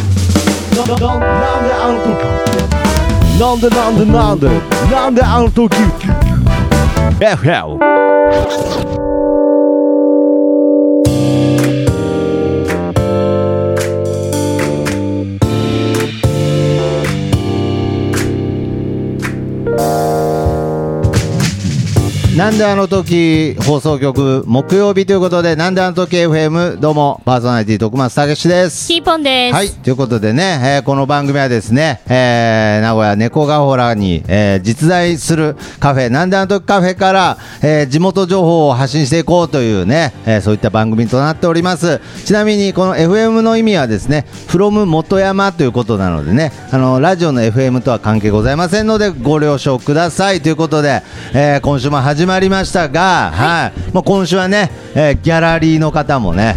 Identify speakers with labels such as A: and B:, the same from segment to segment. A: なんであの時なんでなんでなんでなんであの時 FM
B: なんであの時放送局木曜日ということで、なんであの時 FM どうもパーソナリティ徳松武史です。
C: キーポンです。
B: はい、ということでね、えーこの番組はですね、えー名古屋猫がほらに、えー実在するカフェ、なんであの時カフェから、えー地元情報を発信していこうというね、えーそういった番組となっております。ちなみにこの FM の意味はですね、from 元山ということなのでね、あの、ラジオの FM とは関係ございませんので、ご了承くださいということで、えー今週も始まりましたが、はい、もう今週はね、えーギャラリーの方もね、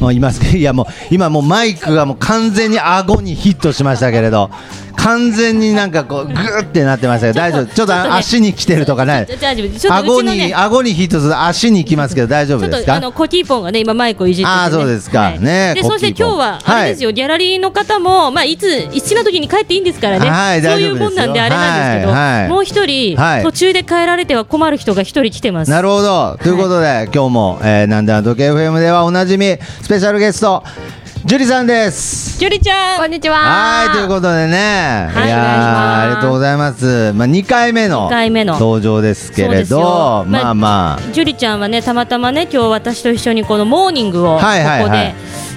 B: もういますけどいやもう今 もうマイクがもう完全に顎にヒットしましたけれど完全になんかこうグーってなってましたけど大丈夫ちょっとあの
C: ちょっとね
B: 足に来てるとかない
C: ちょ大丈夫ちょっと
B: 顎
C: うちのね
B: に顎にヒットすると足に来ますけど大丈夫
C: ちょっ
B: です
C: とあ
B: か
C: のコキーポンがね今マイクをいじってて、ね、
B: あーそうですか
C: はい
B: ね
C: で
B: コキーポ
C: そ
B: ン
C: して今日はあれですよ、ギャラリーの方もまあいつ一な時に帰っていいんですからね、
B: はい
C: そう
B: 大
C: い
B: 丈
C: う
B: 夫ですよ
C: もんなんであれなんですけど、
B: はいはい
C: もう一人、
B: はい
C: 途中で帰られては困る人が一人来てます。
B: なるほどということで、今日も、えーなんであの時計 FM ではおなじみスペシャルゲストジュリさんです
C: ジョリちゃん
D: こんにちは。
B: はい、ということでね、
C: はい
B: い、やーあ
C: お願いします
B: りがとうございます。まあ二回目の
C: 二回目の
B: 登場ですけ
C: そう
B: れ
C: ですよ
B: ど、まあまあ
C: ジュリちゃんはねたまたまね今日私と一緒にこのモーニングをここで、は
B: はいいはい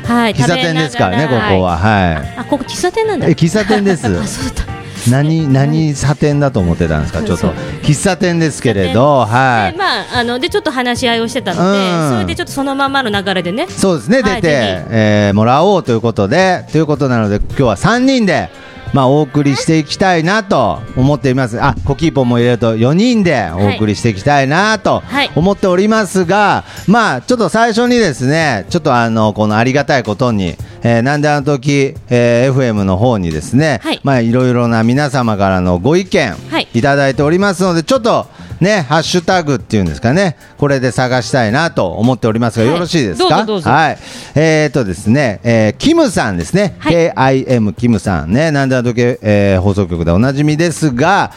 B: はい喫
C: 食
B: 茶
C: べ
B: 店
C: なが
B: ですからねここは、は
C: あここ喫茶店なん
B: い。
C: だ
B: え喫茶店です。
C: あそうだ
B: 何何 茶店だと思ってたんですか。ちょっと喫茶店ですけれど、は
C: で
B: い。
C: まああのでちょっと話し合いをしてたの
B: うん
C: で、それでちょっとそのままの流れでね。
B: そうですね
C: はい
B: 出て
C: ぜひ
B: えーもらおうということでということなので今日は三人で。まあ、お送りしていきたいなと思っています。あ、コキーポンも入れると4人でお送りしていきたいなと
C: はい
B: 思っておりますが、まあ、ちょっと最初にですね、ちょっとあの、このありがたいことに、えーなんであの時、えー FM の方にですね、
C: はい
B: まあ、いろいろな皆様からのご意見
C: はい、
B: いただいておりますので、ちょっと、ね、ハッシュタグっていうんですかね、これで探したいなと思っておりますが、
C: はい
B: よろしいですか
C: どうぞどうぞ
B: はい。えっ、とですね、えーキムさんですね。
C: はい
B: KIM キムさんね、なんだ時計、えー放送局でおなじみですが、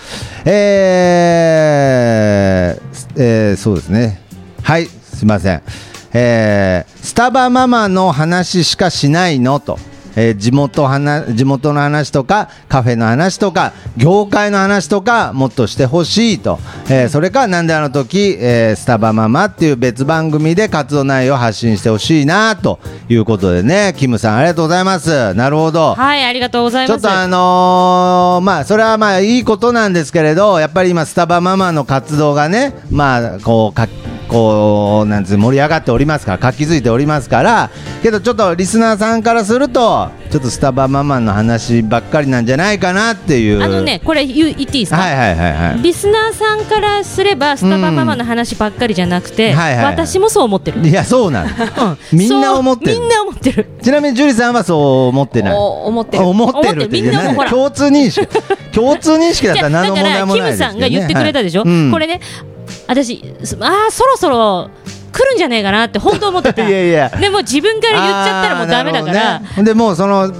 B: えーえーそうですね。はい、すいません。えースタバママの話しかしないのと。えー地元はな地元の話とかカフェの話とか業界の話とかもっとしてほしいと、えーそれかなんであの時、えースタバママっていう別番組で活動内容を発信してほしいなということでねキムさんありがとうございますなるほど、
C: はい、ありがとうござい
B: ちょ
C: ま
B: っ
C: す。
B: とあのーまあそれはまあいいことなんですけれどやっぱり今スタバママの活動がねまあこうかこうなんつう盛り上がっておりますから活気づいておりますからけどちょっとリスナーさんからするとちょっとスタバママの話ばっかりなんじゃないかなっていう
C: あのね、これ言う言っていいですか。
B: はいはいはいはい
C: リスナーさんからすればスタバママの話ばっかりじゃなくて、
B: うんはいはいはい
C: 私もそう思ってる。
B: いやそうなのみんな思ってる
C: そうみんな思ってる。
B: ちなみにジュリさんはそう思ってない
D: お思ってる。
B: 思ってるって言って
C: 思ってるみんなもほら
B: 共通認識共通認識だったら何の問題も
C: キ
B: ないで
C: ム
B: すよ
C: さ
B: ね
C: んが言ってくれたでしょ。
B: はいうん
C: これね、私ああそろそろ来るんじゃねえかなって本当思って た。
B: いやいや
C: でも自分から言っちゃったらもうダメだから
B: あーなる。ほどねでもうその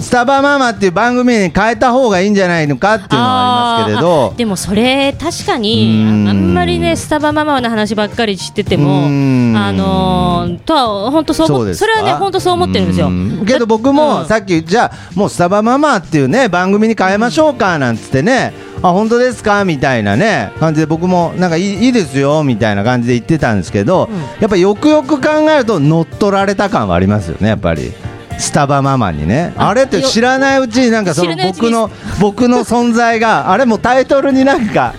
B: スタバママっていう番組に変えた方がいいんじゃないのかっていうのはありますけれ
C: あ
B: ど
C: ーでもそれ確かに
B: う
C: あ
B: ん
C: んまりねスタバママの話ばっかりしてて
B: う
C: も
B: ん
C: あのーとは本当そう思っ
B: です
C: そ
B: か
C: れはね本当そう思ってるんですよ
B: うけど僕もさっきじゃあもうスタバママっていうね番組に変えましょうかなんつってねあ本当ですかみたいなね感じで僕もなんかいいいいですよみたいな感じで言ってたんですけど、やっぱよくよく考えると乗っ取られた感はありますよねやっぱり。スタバママにね
C: あ
B: あれって知らないうちになんかその
C: 知らないうち
B: 僕
C: に
B: の僕の存在があれもうタイトルになんか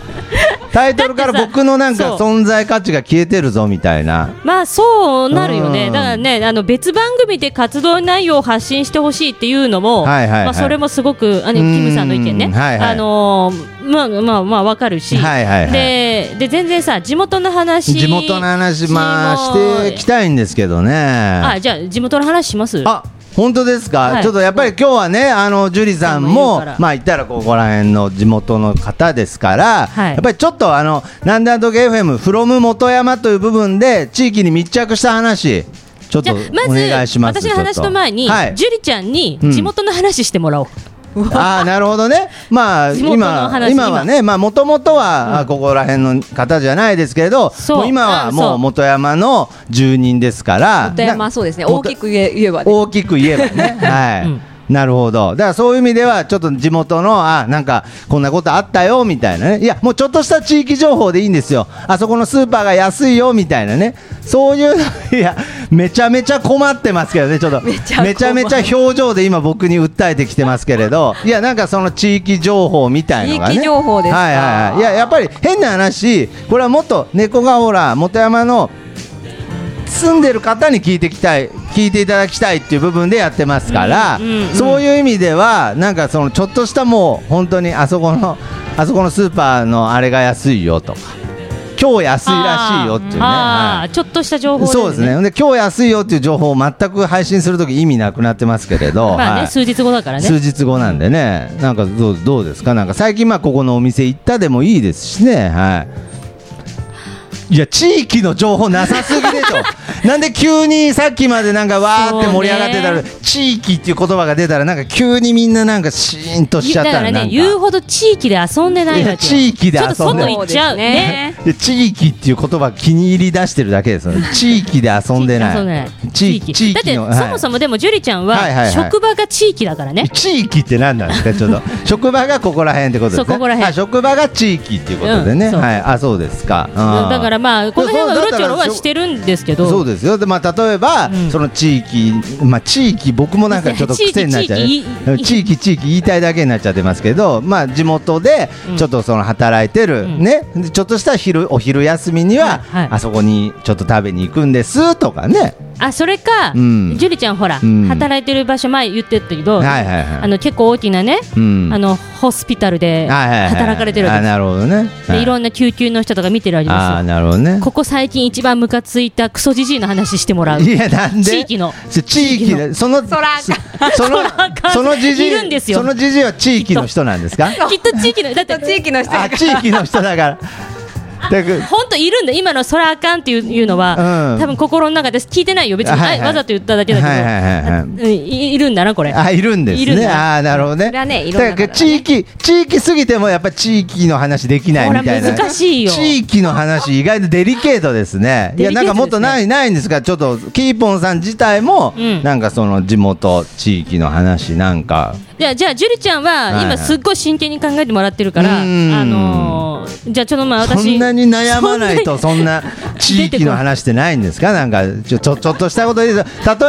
B: タイトルから
C: だってさ
B: 僕のなん
C: そ
B: か
C: う
B: 存在価値が消えてるぞみたいな
C: まあそうなるよね
B: うん
C: だからねあの別番組で活動内容を発信してほしいっていうのも
B: はいはいはい
C: まあそれもすごくあのキ
B: うん
C: ムさんの意見ね
B: はいはい
C: あのーまあまあまあわかるし
B: はいはいはい
C: でで全然さ地元の話
B: 地元の話まあ
C: も
B: していきたいんですけどねあ
C: あじゃあ地元の話します
B: 本当ですか、
C: はい
B: ちょっとやっぱり今日はねあの樹里さん
C: い
B: も
C: るから
B: まあ言ったらここら辺の地元の方ですから、
C: はい
B: やっぱりちょっとあの「なんであの時 FM from 元山」という部分で地域に密着した話ちょっ
C: じゃ
B: と
C: あ
B: お
C: まず
B: 願いします
C: 私の話の前に、
B: はい
C: ジュリちゃんに
B: うん
C: 地元の話してもらおう、
B: ああ なるほどね、まあ、
C: 地元の
B: 今
C: 話
B: 今はね、もともとは、あここら辺の方じゃないですけれど、
C: そう
B: もう今は
C: あ
B: も
C: そうう
B: 元山の住人ですから、
D: 本山そうですね大き
B: く
D: く言え言えばね
B: 大きく言えば ね、はい、
C: うん
B: なるほど、だからそういう意味では、ちょっと地元の、あなんかこんなことあったよみたいなね、いや、もうちょっとした地域情報でいいんですよ、あそこのスーパーが安いよみたいなね、そういう、いや、めちゃめちゃ困ってますけどね、ちょっと、
D: めちゃ困る
B: めちゃめちゃ表情で今、僕に訴えてきてますけれど、いや、なんかその地域情報みたいのがね、
D: 地域情報ですか
B: はいはいはい、いや、やっぱり変な話、これはもっと猫がほら、元山の住んでる方に聞いてきたい聞いていただきたいっていう部分でやってますから、
C: うんうんうん
B: そういう意味ではなんかそのちょっとしたもう本当にあそこの あそこのスーパーのあれが安いよとか今日安いらしいよっていうね。
C: あーあー、
B: はい
C: ちょっとした情報で,、ね、
B: そうですねで今日安いよっていう情報を全く配信するとき意味なくなってますけれど、
C: まあね、
B: はい
C: 数日後だからね
B: 数日後なんでね、なんかどうどうですか、なんか最近、まあここのお店行ったでもいいですしね、はい。いや、地域の情報なさすぎでし ょ、なんで急にさっきまでなんかわーって盛り上がってたら、
C: そう
B: 地域っていう言葉が出たら、なんか急にみんななんかシーンとしちゃ
C: だ
B: った、
C: からら
B: な
C: ね
B: んか。
C: 言うほど地域で遊んでないわけ
B: いや
C: よ
B: 地域で遊んで
C: ちょっと外行っちゃう
D: そうですね
C: ね
B: で地域っていう言葉気に入り出してるだけですよね地域で遊んで
C: 遊んで
B: な
C: ない
B: い地域地
C: だっ
B: 域
C: て、
B: の
C: そもそもでもジュリちゃんは、
B: はいはいはい
C: 職場が地域だからね
B: 地域って何なんですか、ち ょっと職場がここら辺ってことですね。
C: そうここら辺
B: あ職場が地域っていうことでね、
C: うんそう
B: はい、あ、そうですか。あー
C: だからまあこの辺はうろちょろはしてるんですけど
B: そうですよ。で、まあ、例えば、
C: うん
B: その地域、まあ、地域、僕もなんかちょっと癖になっちゃう、
C: 地域
B: 地域、地域言いたいだけになっちゃってますけど、まあ、地元で
C: うん
B: ちょっとその働いてる、
C: うん
B: ね、でちょっとした昼、お昼休みには、
C: はいはい
B: あそこにちょっと食べに行くんですとかね。
C: あそれか、
B: うん
C: ジュリちゃんほら、
B: うん
C: 働いてる場所前言ってたけど、
B: はいはいはい
C: あの結構大きなね、
B: うん
C: あのホスピタルで
B: はいはいはい
C: 働かれてるわ
B: あ、
C: けです、
B: なるほどね。
C: でいろんな救急の人とか見てるわけです
B: ああー、
C: よ
B: なるほどね。
C: ここ最近一番ムカついたクソじじいの話してもらう
B: いやなんで
C: 地域の
B: そ地域のそのそ
D: そらあかん
B: その
C: そらあかん
B: そのじじ
C: いるんですよ
B: そのじじいは地域の人なんです か
C: きっと地域のだって
D: 地域の人
B: あ
D: が
B: 地域の人だからだから
C: 本当いるんだ今の「そらあかん」っていういうのは、
B: うん
C: 多分心の中で聞いてないよ別に、
B: はいはい
C: あわざと言っただけだけど、
B: はいはいはいはい
C: うんいいるんだなこれ
B: あいるんです
C: いるん
B: ね
C: だ
B: ああーなるほどね
D: それはねいろんな
B: だ
D: 方
B: から
D: がね
B: 地域地域すぎてもやっぱ地域の話できないみたい
C: ほ
B: な
C: ら難しいよ
B: 地域の話意外とデリケートですねいや
C: デリケートですね
B: なんかもっとないないんですかちょっとキーポンさん自体も
C: うん
B: なんかその地元地域の話なんか
C: じゃあ、じゃあ、ジュリちゃん
B: いは
C: は、
B: い
C: 今すっごい真剣に考えてもらってるから、あ
B: うん
C: のー、じゃあ、ちょっとまあ、
B: そ
C: 私。
B: んなに悩まないと
C: そん
B: そんな地域の話ってないんですかなんかちょちょちょっとしたことです例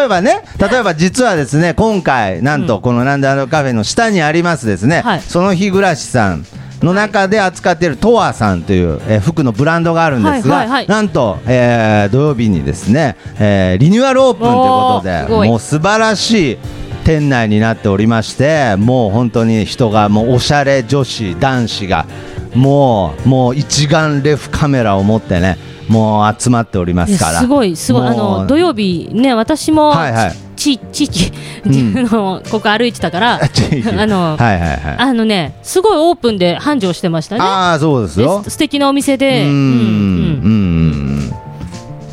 B: えばね例えば実はですね今回なんとこの「ランダードカフェ」の下にありますですね、
C: はい
B: その日暮らしさんの中で扱っているトアさんという、えー服のブランドがあるんですが、
C: はいはいはい
B: なんと、えー土曜日にですね、えーリニューアルオープンということ
C: お
B: で
C: ーすごい
B: もう素晴らしい店内になっておりましてもう本当に人がもうおしゃれ女子男子がもうもう一眼レフカメラを持ってねもう集まっております
C: いや
B: から
C: すごい、すごい、あ
B: も
C: の、
B: う
C: 土曜日、ね、私も、
B: はいはい
C: ち、地域、 あの、ここ歩いてた から、あ
B: 地域は
C: の、
B: いはいはい
C: あのね、すごいオープンで繁盛してましたね。
B: ああそうですよ
C: で素敵なお店
B: う
C: で、
B: ーんうんうんうん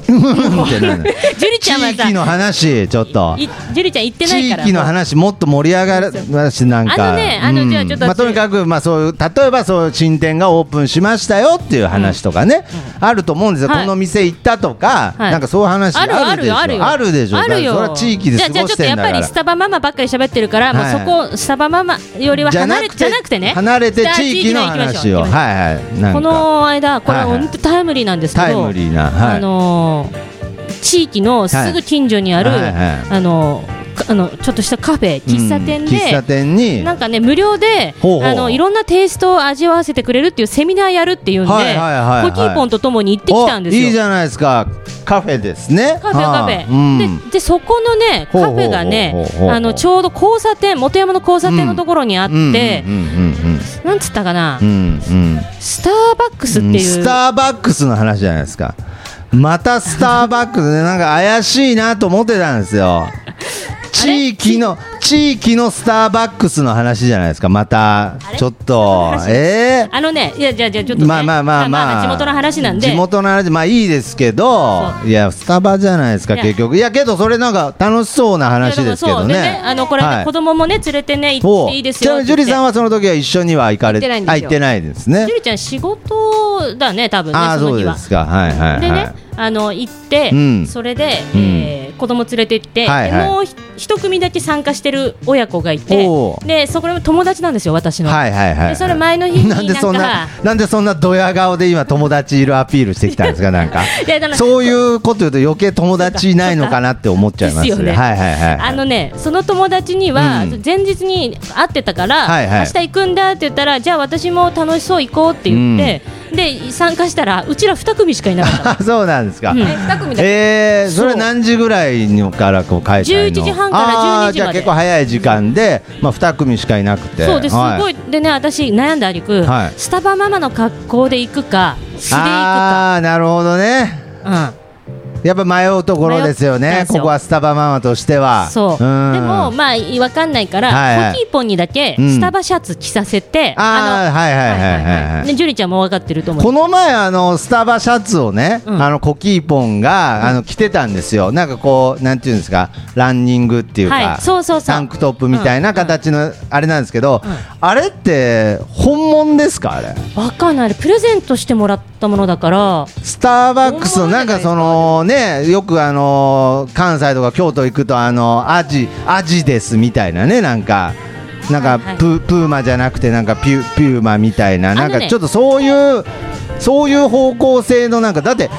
B: ってなる
C: うんジュリち
B: 地
C: ゃんはさ
B: 域、の話ちょっと
C: いジュリちゃん行ってな
B: 地
C: いから。
B: 域の話もっと盛り上がるしなんか
C: あのねあの
B: うん
C: じゃあちょっと
B: まあ、とにかくまあそういう例えばそういう新店がオープンしましたよっていう話とかね、あると思うんですよ、
C: はい
B: この店行ったとか、
C: はい
B: なんかそういう話
C: あるあ
B: あるでし
C: る
B: ょ
C: あるよ
B: でしょ
C: あるよ
B: だからそれは地域で過
C: じゃあ
B: ご
C: じゃあ
B: し
C: ちょ
B: て
C: っ
B: んだ
C: とや
B: か
C: っぱり
B: ら
C: スタバママばっかり喋ってるから、
B: はい
C: もうそこスタバママよりは離れじゃなくてね
B: 離れて
C: じゃあ
B: 地域の話
C: 行
B: を
C: きましょう行きましょう
B: はいはいなんか
C: この間、これ、
B: はいはい
C: 本当タイムリーなんですけど、
B: タイムリーな、はい
C: あのー地域のすぐ近所にある、
B: はいはいはい
C: あのーかあのちょっとしたカフェ、喫茶店
B: うん
C: で、
B: 喫茶店に
C: なんかね、無料で
B: ほうほう
C: あのいろんなテイストを味わわせてくれるっていうセミナーやるっていうんで、
B: はいはいはいはい
C: コキーポンとともに行ってきたんですよ。
B: おいいじゃないですかカフェですね
C: カフェカフ
B: はあうん
C: ェ、ででそこのね
B: ほう
C: カ
B: ほう
C: フェが
B: ほう
C: ね
B: ほうほう
C: あのちょうど交差点元山の交差点のところにあって、
B: うんうんうんうん
C: なんつったかな、
B: うんうん
C: スターバックスっていう、
B: スターバックスの話じゃないです かまたスターバックスでなんか怪しいなと思ってたんですよ地域の地域のスターバックスの話じゃないですかまた
C: あれ
B: ちょっと
C: その話
B: え
C: あのね、いや、じゃあ、じゃあ、ちょっ
B: ー
C: とね、
B: まあまあまあまあ
C: 地元の話なんで。
B: 地元の話まあいいですけどいやスタバじゃないですか
C: いや
B: 結局いやけどそれなんか楽しそうない
C: や
B: 話ですけ
C: もそ
B: ど
C: う
B: ね
C: あの、これ、ね
B: はい
C: 子供もね、連れてね、行っ
B: お
C: ていいです
B: ちな
C: よ
B: み
C: って
B: にジュ
C: 言って。
B: リさんはその時は一緒には行かれ
D: 行ってないんですよ
B: あ行ってないですね
C: ジュリちゃん、仕事だね、多分ね、
B: ああ
C: そ
B: そ
C: の
B: う
C: 日
B: で
C: は。
B: すかはいはいはい
C: でね、あの行って、
B: うん
C: それで、
B: うん
C: えー子供連れて行って、
B: はいはい
C: でもうひ一組だけ参加してる親子がいて
B: おー
C: でそこでも友達なんですよ私の、
B: はいはいはい
C: でそれ前の日に
B: なんでそん
C: な
B: なん
C: か
B: なんでそんなドヤ顔で今友達いるアピールしてきたんですか なんか
C: いやだから
B: そういうこと言うと余計友達いないのかなって思っちゃいます
C: ですよね
B: はいはいはい
C: あのねその友達には、
B: うん
C: 前日に会ってたから、
B: はいはい
C: 明日行くんだって言ったらじゃあ私も楽しそう行こうって言って、で参加したらうちら二組しかいなかった の
B: そうなんですか、
C: うん
D: 2組だけ
B: えー、それは
C: そう
B: 何時ぐらいのからこう開催の
C: 11時半から12時まで
B: あーじゃあ結構早い時間で、まあ、2組しかいなくて
C: そうです、
B: は
C: すごいでね私悩んだありく、
B: はい
C: スタバママの格好で行くか素で行くか、
B: ああーなるほどね
C: うん、
B: やっぱ迷うところですよ
C: 迷ったん
B: ね
C: ですよ
B: ここはスタバママとしては
C: そう。で
B: ん
C: も、まあ、いわかんないから、
B: はいはい
C: コキーポンにだけ、
B: うん
C: スタバシャツ着させて、
B: ああはいはいはいはいはい、
C: の、ね、ジュリちゃんもわかってると思
B: こ
C: う。
B: の前あのスタバシャツをね、
C: うん
B: あのコキーポンが、あの着てたんですよなんかこうなんていうんですかランニングっていうか、
C: はいそうそうそう
B: タンクトップみたいな形のあれなんですけど、
C: うん
B: あれって本物ですかあれ
C: わかんない。あれプレゼントしてもらったものだから、
B: スターバックスのなんかそのねよくあの関西とか京都行くとあのアジアジですみたいなねなんかなんか
C: はいはい
B: プ,、プーマじゃなくてなんかピュピューマみたいな
C: の
B: な
C: ね
B: んかちょっとそういうそういう方向性のなんかだって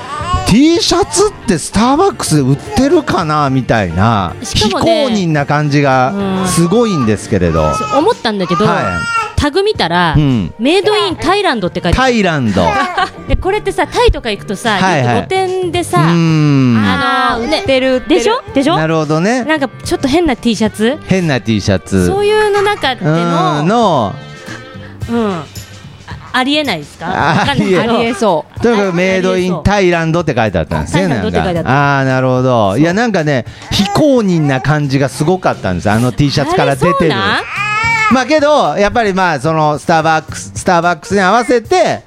B: T シャツってスターバックスで売ってるかなみたいな、
C: し
B: 非
C: か
B: 公
C: もね
B: 認な感じ
C: う
B: が
C: ん
B: すごいんですけれど、
C: そう思ったんだけど、
B: は
C: タグ見たら、
B: うん
C: メイドインタイランドって書いてあ
B: タイランド。
C: る。 で、これってさ、タイとか行くとさ、
B: はいはい
C: よく露店で
B: う
C: さ、
B: ん
C: あのー、
D: 売っ
C: ね、
D: てる売って
C: で
D: る
C: しょでしょ
B: なるほどね
C: なんかちょっと変な T シャツ
B: 変な T シャツ。
C: そういうの中での、う
B: うん
C: ん、
B: の
C: あありえないですか
B: あ
C: わかんないけど
D: ありえそう
B: とにかくメイドインタイランドって書いてあったんですね。
C: タイランドって書いてあった
B: ああー、なるほど。いや、なんかね、非公認な感じがすごかったんです。あの T シャツから出
C: あ
B: て
C: れ
B: る。
C: そうなん
B: まあけど、やっぱりまあ、そのスターバックス、スターバックスに合わせて、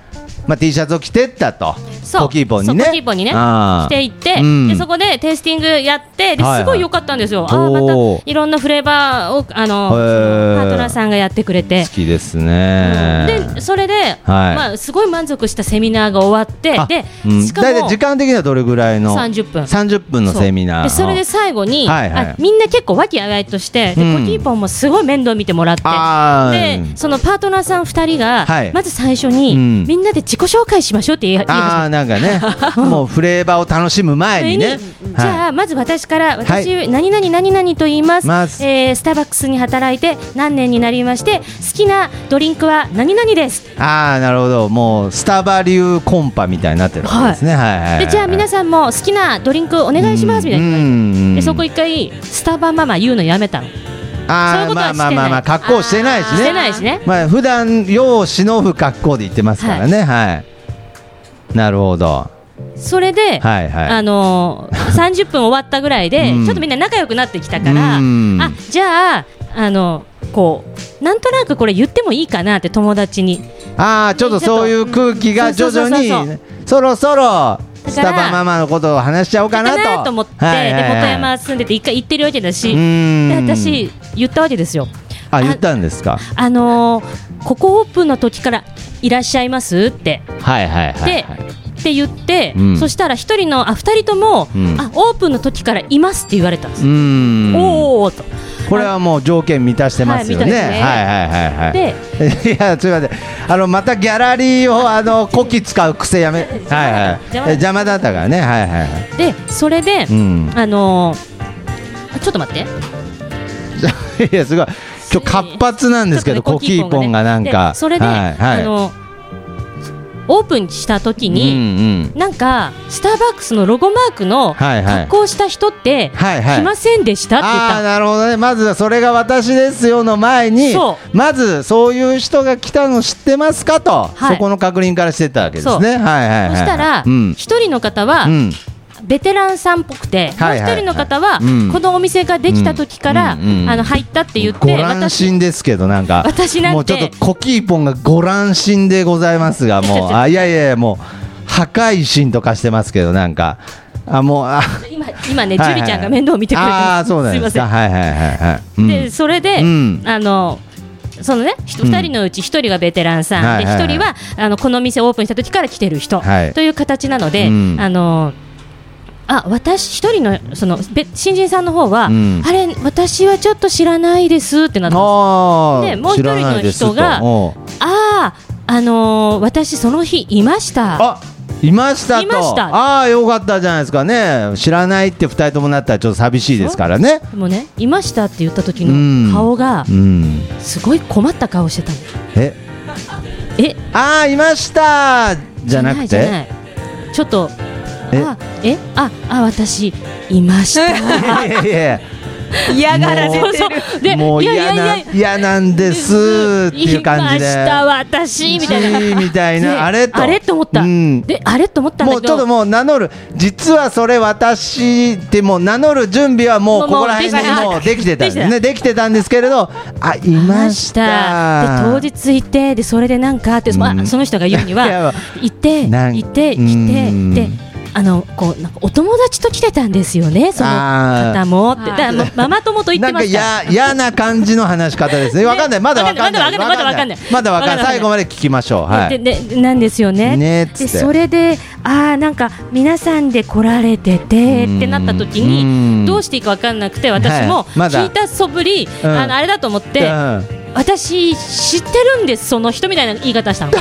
B: まあ T シャツを着てったと。
C: そう
B: コキーポンにね。
C: そうコキーポンにね
B: あー
C: していって、
B: うん
C: でそこでテイスティングやってで
B: はいはい
C: すごい良かったんですよ、ああま
B: おー
C: たいろんなフレーバーをあの
B: へ
C: そ
B: ー
C: のパートナーさんがやってくれて
B: 好。きですね。
C: でそれで、まあ、すごい満足したセミナーが終わって
B: あ
C: で、
B: うん
C: しか
B: 大体
C: も
B: 時間的にはどれぐらいの
C: 30分
B: 30分の
C: そう
B: セミナー
C: でそれで最後に、
B: はいはい
C: あみんな結構和気あいあいとしてで、
B: うん
C: コキーポンもすごい面倒見てもらって
B: あー
C: でそのパートナーさん2人が、
B: はい
C: まず最初に、
B: うん
C: みんなで自己紹介しましょうって言い言い始めた
B: ああなんかねもうフレーバーを楽しむ前に ね
C: じゃあ、まず私から私、何々何々と言います、
B: ます
C: えースターバックスに働いて何年になりまして好きなドリンクは何々です、
B: ああなるほどもうスタバ流コンパみたいになってるわけですね、はい、はいはいはい
C: でじゃあ皆さんも好きなドリンクお願いしますみたいな、
B: な
C: でそこ一回スタバママ言うのやめたの、そうい
B: あ
C: う
B: あ
C: こと
B: まあ
C: は
B: まあ
C: して
B: ま
C: な
B: あ
C: い
B: まあ格好してないし
C: し
B: ね
C: てないしね
B: まあ普段よう忍ぶ格好で行ってますからねはい、なるほど
C: それで、
B: はいはい
C: あのー、30分終わったぐらいで、
B: うん
C: ちょっとみんな仲良くなってきたから、
B: うん
C: あじゃああのこうなんとなくこれ言ってもいいかなって友達に
B: ああちょっとそういう空気が徐々に
C: そうそうそう
B: そろそろ
C: ら
B: スタバママのことを話しちゃおうか
C: か
B: なと
C: なと思って、
B: はいはいはい
C: で元山住んでて一回行ってるわけだし、
B: うん
C: で私言ったわけですよ
B: あ言ったんですか
C: あのーここオープンの時からいらっしゃいますって、
B: はいはいはい、はい、
C: でって言って、
B: うん
C: そしたら一人のあ二人とも、
B: うん
C: あオープンの時からいますって言われたんです、
B: うーん
C: おーっと
B: これはもう条件満たしてますよね。
C: は
B: はい
C: い満たしてね
B: はいはいはい。
C: で
B: いやすみません。あのまたギャラリーをあのこき使う癖やめ。はいはい。
C: 邪魔
B: え邪魔だったからね。はいはいはい。
C: でそれで、
B: うん。
C: あのーあちょっと待って
B: いやすごい。今日活発なんですけど、
C: ちょっ
B: コ
C: とね
B: キーポンがなん
C: ね
B: か。
C: でそれで、
B: はいはい。
C: あのオープンした時
B: うん
C: に、
B: うん。
C: なんかスターバックスのロゴマークの
B: はいはい
C: 格好した人って、
B: はいはい
C: 来ませんでしたって言った
B: ああー
C: の
B: なるほどねまずはそれが私ですよの前に
C: そ
B: まずそういう人が来たの知ってますかと、
C: はい
B: そこの確認からしてたわけですねはいはいはいはい
C: そしたら、一、
B: うん
C: 人の方は、
B: うん
C: ベテランさんっぽくて、
B: はいはいはい
C: もう一人の方は、
B: うん
C: このお店ができた時から、
B: うんうん
C: あの入ったって言って、
B: ご乱心ですけどなんか
C: 私なんて
B: もうちょっとコキーポンがご乱心でございます がもうあいやいやいやもう破壊神とかしてますけどなんかあもうあ
C: 私今今ね、
B: はいはい
C: ジュリちゃんが面倒を見てくれて
B: ああそうなん
C: すい
B: で
C: ますせ
B: か
C: ん。
B: はいはいはいはい、うん
C: でそれで、
B: うん
C: あのそのね、人
B: うん
C: 2人のうち1人がベテランさん、
B: はい
C: で
B: はいはい
C: 1人はあのこの店オープンした時から来てる人、
B: はい
C: という形なので、
B: うん
C: あのあ私、1人のそのべ新人さんの方は、
B: うん
C: あれ、私はちょっと知らないですってなってます
B: あー
C: でもう一
B: 知
C: 人
B: らないです
C: の人が
B: とおう
C: ああ、あのー私、その日いました。
B: あいましたと
C: いました
B: ああよかったじゃないですかね知らないって二人ともなったらちょっと寂しいですからね
C: でもね、いましたって言った時
B: うん
C: の顔が
B: うん
C: すごい困った顔してたの。
B: え
C: え
B: ああいましたじゃなくて
C: じゃないちょっと
B: え
C: あえああ私いました
B: いやいやい
D: 嫌がらせ
C: そう
D: て
C: そう
D: る
C: で
B: やもう
C: いやい
B: 嫌
C: やい
B: な
C: やい
B: 嫌なんですっていう感じで
C: いました私みたいな
B: しみたい
C: ね
B: なあれと
C: あれと思った、
B: うん
C: であれと思ったんだ
B: も
C: け
B: うちょ
C: ど
B: っともう名乗る実はそれ私ってもう名乗る準備はもう
C: もう
B: ここら辺に
C: もう
B: もうできてたんですね
C: で
B: できてたんですけれどあい
C: い
B: ま
C: ま
B: し
C: した
B: た
C: で当日いてでそれでなんかって、
B: う
C: ま
B: ん
C: あ、その人が言うに
B: いや
C: は行って
B: なん
C: 行って
B: う
C: 来
B: ん
C: てであのこうなんかお友達と来てたんですよねその方もって
D: あー
C: だからまママ友と言っ
B: な
C: て
B: ん
C: ま
B: か
C: した
B: や嫌な感じの話し方ですねわかんないまだわかんない
C: まだわかんない
B: まだわかん
C: まだわかんない
B: ない最後まで聞きましょうは
C: で
B: い
C: でなんですよね。
B: ねっつって
C: でそれでああなんか皆さんで来られてて
B: うん
C: ってなった時
B: うん
C: にどうしていいか分かんなくて私も
B: はいまだ
C: 聞いたそぶり、
B: うん
C: あのあれだと思って、
B: うん
C: 私知ってるんですその人みたいな言い方し たの。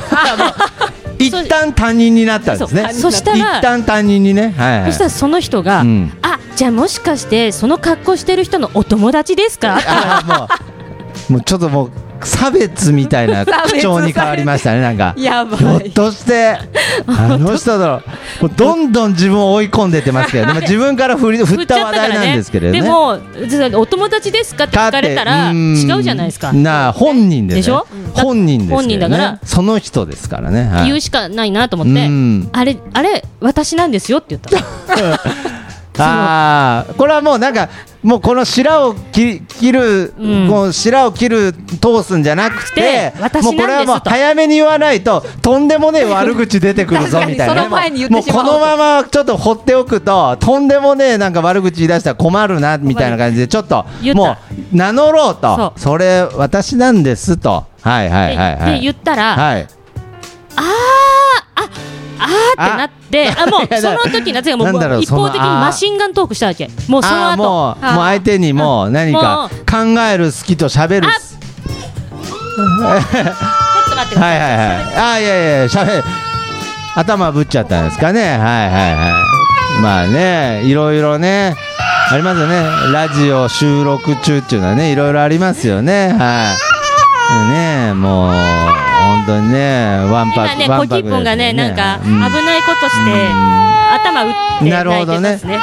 B: 一旦他人になったんですね
C: そうそしたら
B: 一旦他人にねはいは
C: そ
B: い
C: したらその人が、
B: うん
C: あじゃあもしかしてその格好してる人のお友達ですか
B: あーもうもうちょっともう差別みたい な口調に変わりましたねなんか
D: やば
B: ひょっ
D: い
B: としてあの人だろもうどんどん自分を追い込んでってますけど、ね、まあ自分から 振り振った話題なんですけれどね
C: でもずお友達ですかって聞かれたら
B: う
C: 違
B: ーん
C: うじゃないですか。
B: なあ本人です、ね、
C: でしょ
B: 本人ですけどね
C: 本人だから
B: その人ですからね、はい
C: 言うしかないなと思って、
B: うん
C: あれあれ私なんですよって言ったの
B: ああこれはもうなんかもうこの白を切切る、
C: うん
B: もう白を切る通すんじゃなくて
C: で私
B: もうこれはもう
C: なんですと
B: 早めに言わないととんでもねえ悪口出てくるぞ
D: 確かに
B: みたいなね
D: その前に言ってしまおう
B: もうこのままちょっと放っておくととんでもねえなんか悪口言い出したら困るなみたいな感じでちょっと
C: 言った
B: もう名乗ろうと
C: そ
B: それ私なんですとはいはいはいは
C: で
B: い
C: で言ったら、
B: はい
C: あーってなってあ も
B: いや
C: うその時夏がもう
B: なんだろう
C: 一方
B: そ
C: 的に
B: のあー
C: マシンガントークしたわけもうその
B: ああー
C: 後
B: もうもう相手にもう何か考える好きと喋る
C: あ
B: 好き
C: ちょっと待ってくだ
B: は
C: さ
B: い
C: い、
B: はいはい。あーいやいや、しゃべ頭ぶっちゃったんですかね。はいはいはい。まあね、いろいろね、ありますよね。ラジオ収録中っていうのはね、いろいろありますよね。はい。ねもう、本当にね、ワンパ
C: 今
B: ク、
C: ね
B: ワ
C: コ
B: ンパ
C: キ
B: ク
C: ッポンがね
B: です
C: なんか危
B: うん
C: ないことして、頭打って
B: なるほ
C: 泣いて
B: どね
C: ますねは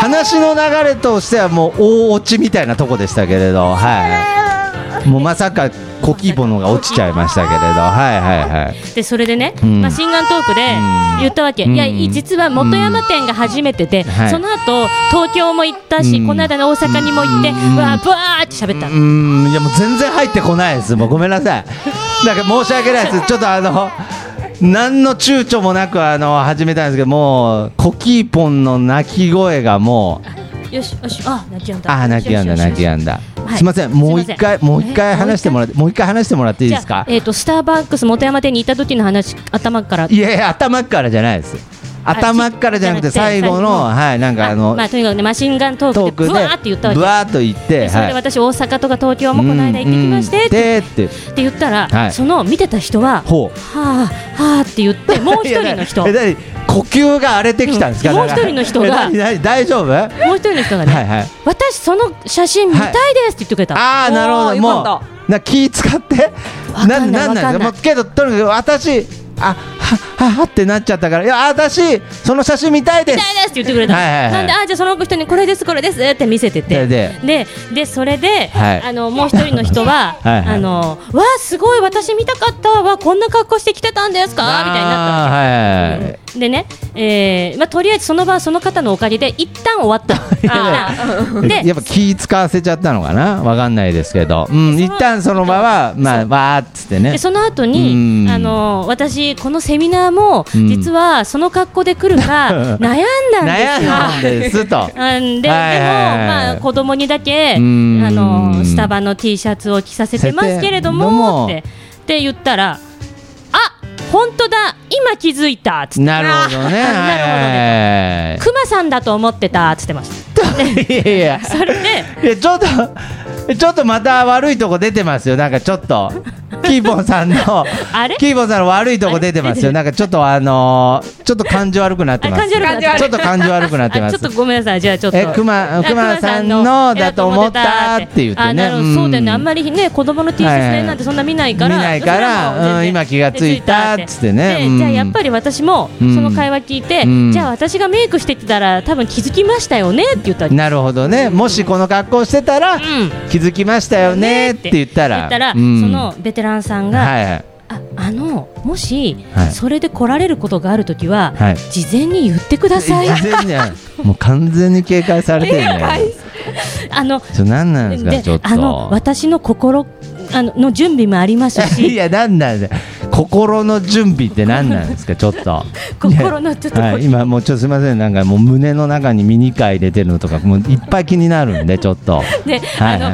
B: 話の流れとしてはもう大落ちみたいなとこでしたけれど、はいはい。もうまさかコキボノが落ちちゃいましたけれど、はいはいはい。
C: いでそれでね、
B: うん
C: マシンガントークで
B: うん
C: 言ったわけ、
B: うん
C: いや実は元山店が初めてで、
B: はい
C: その後東京も行ったし、
B: うん
C: この間の大阪にも行って、
B: うん
C: わーぶわーって喋ったの
B: うーんいやもう全然入ってこないですもうごめんなさいなんか申し訳ないですちょっとあの何の躊躇もなくあの始めたんですけどもうコキーポンの鳴き声がもう
C: よしよしあ泣きやんだ
B: ああ泣きやんだ
C: よしよしよし
B: 泣きやんだ、
C: はい
B: すいませんもう一回
C: すいません
B: もう一回
C: え
B: 話してもらってもう一回話してもらっていいですか
C: じゃあえっ、とスターバックス元山店にいた時の話頭から
B: いやいや頭っからじゃないです頭っからじゃなくて
C: じゃなくて
B: 最後の
C: 最後の
B: はいなんかあの
C: まあとにかくねマシンガント
B: トー
C: ーク
B: ク
C: で
B: で
C: ブワーって言ったわけ
B: ブワーっと言って
C: でそれで
B: はい
C: 私大阪とか東京もこの間行ってきまして
B: うんうん
C: って
B: でって
C: って言ったら、
B: はい
C: その見てた人はは
B: ほう
C: あはあって言ってもう一人の人
B: い
C: も
B: や
C: う
B: 何え何呼吸が荒れてきたんですか、
C: うん
B: だから
C: もう一人の人が
B: え何何大丈夫は
C: 一人の人が
B: い
C: ね、
B: はい
C: 私その写真見たいですって言ってくれた、
B: ああなるほ
D: おー
B: ど
D: よ
B: も
D: か
B: う
D: った
B: な気使って
C: わかんない
B: ん
C: わかんない
B: もうけどとにかく私あはははってなっちゃったから、いや、私、その写真見たいで
C: みた
B: す
C: いですって言ってくれた、
B: はいはいはい
C: なんであじゃあその人にこれですこれですって見せて
B: それで
C: てででそれで、
B: はい
C: あのもう一人の人は
B: はいはい
C: あのわあすごい私見たかったわこんな格好してきてたんですかみたいになった
B: あーはいはいはい
C: でね、えーまあ、とりあえずその場はその方のおかげで一旦終わ ったあー
B: や
C: で
B: っぱ気使わせちゃったのかなわかんないですけど、うん、一旦その場は、まあ、わーっつってね
C: で。その後
B: う
C: に
B: ん
C: あの私、このセミナーも
B: うん
C: 実はその格好で来る か悩んだ
B: 悩
C: ん
B: ん
C: ですよ。
B: だんですと。
C: うんででも、
B: はいはいはい
C: まあ、子供にだけあ
B: うん
C: のスタバの T シャツを着させてますけれどもっ
B: せ
C: て
B: て
C: って言ったらあ本当だ、今気づいたっつって
B: なるほどね。
C: あなるほどね
B: ね
C: クマさんだと思ってたっつってました。
B: いやいや
C: それ で
B: いやちょっとちょっとまた悪いとこ出てますよなんかちょっ とキーボンさんの
C: あれ
B: キーボンさんの悪いとこ出てますよなんかちょっとあのーちょっと感じ悪くなってます
C: あ感じ悪くなってます
B: ちょっと感じ悪くなってま
C: あ
B: す
C: ちょっとごめんなさい、じゃあちょっと。
B: え熊
C: あ
B: 熊さんのだと思ったって言ってね
C: あなるほ
B: うん
C: どそうだよね、あんまりね、子供の T シャツねなんてそんな見ないから。
B: 見ないから
C: それはも全然
B: うん今気がついたっつってね
C: で
B: うん
C: じゃあやっぱり私も、そ
B: うん
C: の会話聞いて、
B: うん
C: じゃあ私がメイクしてたら、多分気づきましたよねって言ったら。
B: なるほどねもしこの格好してたら、
C: ん
B: 気づきましたよねって言ったら
C: 言ったら、
B: うん
C: そのベテランさんが、
B: はいはい
C: ああのもし、
B: はい
C: それで来られることがあるときは、
B: はい
C: 事前に言ってください
B: 全然じゃんもう完全に警戒されてるね
C: あの
B: ちょ何なんですか
C: で
B: ちょっと
C: あの私の心あのの準備もあります し
B: いや、なんなんだ。心の準備って何なんですか、ちょっ と。
C: 心のちょっとこう
B: はい、今もうちょっとすみません、なんかもう胸の中にミニカー入れてるのとか、もういっぱい気になるんで、ちょっと。
C: で、
B: はいはいはい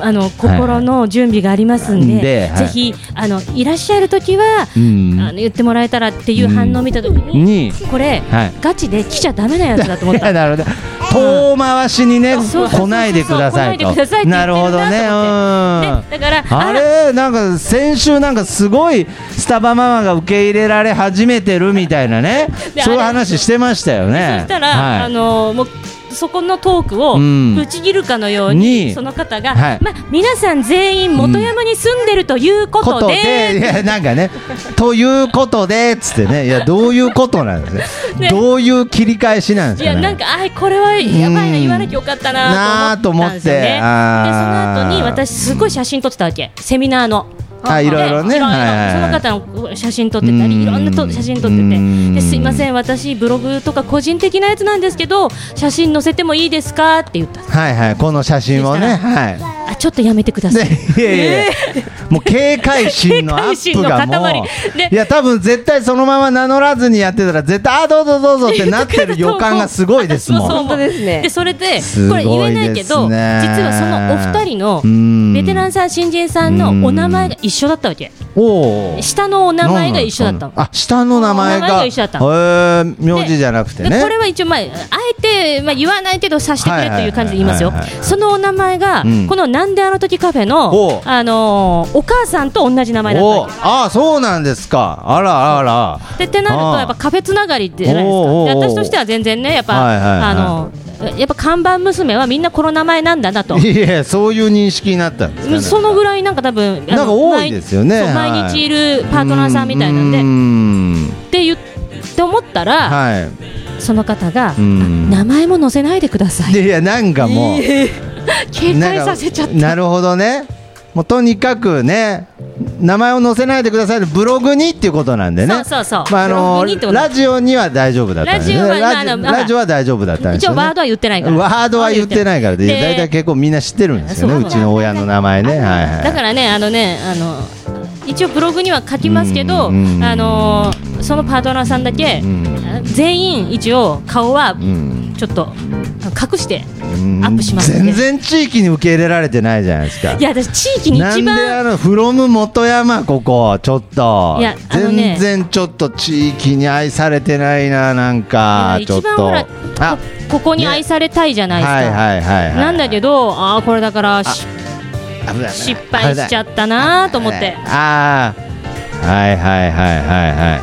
C: あの、あの心の準備がありますんで、
B: ではい
C: ぜひあのいらっしゃる時は、
B: うん
C: あの言ってもらえたらっていう反応を見た時に、
B: に。
C: これ、
B: はい
C: ガチで来ちゃダメなやつだと
B: い
C: 思 った
B: や。なるほど遠回しにね、
C: そうそうそうそう
B: 来ないでくださいと
C: 来ないでくださいって言ってるな
B: るほどね
C: と
B: うん
C: でだから
B: あれなんか先週なんかすごいスタバママが受け入れられ始めてるみたいなね
C: で
B: そういう
C: あれ
B: 話してましたよね
C: そしたら、
B: はい
C: あのもうそこのトークを
B: うん
C: ぶち切るかのように、
B: に
C: その方が、
B: はい
C: まあ、皆さん全員元山に住んでるというこ
B: ことと
C: で,、
B: で、いやなんかね、ということでっつってね、いや、どういうことなんですね、
C: ね
B: どういう切り返しなんです
C: い
B: かね。
C: やなんかあこれはやばいな
B: うん
C: 言わなきゃよかったなと思ったんですよねでその
B: なあと思ってあー
C: 後に私すごい写真撮ってたわけセミナーの。
B: あいろいろね
C: でいろい
B: は
C: ろ
B: いはい
C: その方の写真撮ってた
B: うん
C: りいろんなと写真撮っ
B: う
C: てて
B: ん
C: ですいません私ブログとか個人的なやつなんですけど写真載せてもいいですかって言った
B: はいはい、この写真をね、
C: そ
B: は
C: あちょっとやめてくだ
B: い。
C: さ い
B: ね、いやいやいやもう警戒心のアップが
C: 警戒
B: も
C: 心の
B: う、
C: 塊で
B: いや多分絶対そのまま名乗らずにやってたら絶対あどうぞどうぞってなってる予感がすごいですもん。
C: そうそう
D: 本当ですね
C: でそれですこ
B: ごい
C: れ
B: ですね
C: 言えないけど、実はそのお二人
B: う
C: の
B: ん
C: ベテランさん新人さんのお名前が一緒だったわけ。
B: おお。
C: 下のお名前が一緒だったの。
B: あ下の名前が
C: 名前が一緒だった
B: へえ名字じゃなくて
C: で
B: ね。
C: これは一応、まあ、あえて、まあ、言わないけど察してくれという感じで言いますよ
B: はいはいはいはいはいは、い
C: そのお名前が、
B: うん
C: このなんであの時カフェの
B: お、
C: あのーお母さんと同じ名前だった
B: お
C: わ
B: あそうなんですかあらあら
C: けでってなる
B: あ
C: と、
B: ー
C: やっぱカフェつながりじゃないです
B: お
C: か
B: うおうおう、
C: で私としては全然ね、やっぱ、
B: はいはいはい
C: あのーやっぱ看板娘はみんなこの名前なんだなと。
B: いやいやそういう認識になったんですかね
C: そのぐらいなんか多分あの
B: なんか多いですよね
C: 毎そう
B: はい
C: 毎日いるパートナーさんみたいなんで
B: うーん
C: って言って思ったら、
B: は
C: その方が、
B: ん
C: 名前も載せないでくださ
B: い
C: い
B: いやいやなんかもう
C: 警
B: なん
C: 戒
B: か
C: させちゃった
B: なるほどねもうとにかくね名前を載せないでくださいねブログにっていうことなんでね
C: そうそうそう
B: まああ
C: ブロ
B: の
C: グにってこと
B: ラジオには大丈夫だったんですね
C: ラジオはまあ
B: ラジ
C: あの
B: ラジオは大丈夫だったんです
C: 一
B: よ
C: 応
B: ね
C: ワードは言ってないから
B: ワードは言ってないからで
C: で
B: 大体結構みんな知ってるんですよね
C: そう
B: うちの親の名前ねはいはい
C: だからねあのねあの一応ブログには書きますけど、
B: うんうん
C: あのーそのパートナーさんだけ、
B: ん
C: 全員一応顔は
B: ん
C: ちょっと隠して
B: うん
C: アップしますんで
B: 全然地域に受け入れられてないじゃないですか
C: いや私地域に
B: な
C: 一
B: んであ
C: 番
B: の「フロム元山」ここちょっと
C: いやあの
B: 全
C: ね
B: 然ちょっと地域に愛されてないななんか
C: い
B: ち
C: や
B: ょ
C: 一
B: っと
C: 番ほら
B: あ
C: ここに愛されたいじゃな
B: はいい
C: ですか、
B: はいはいはい
C: なんだけどああこれだからし
B: 危ない
C: 失敗しちゃ
B: っ
C: ったなと思って
B: ああはいはいは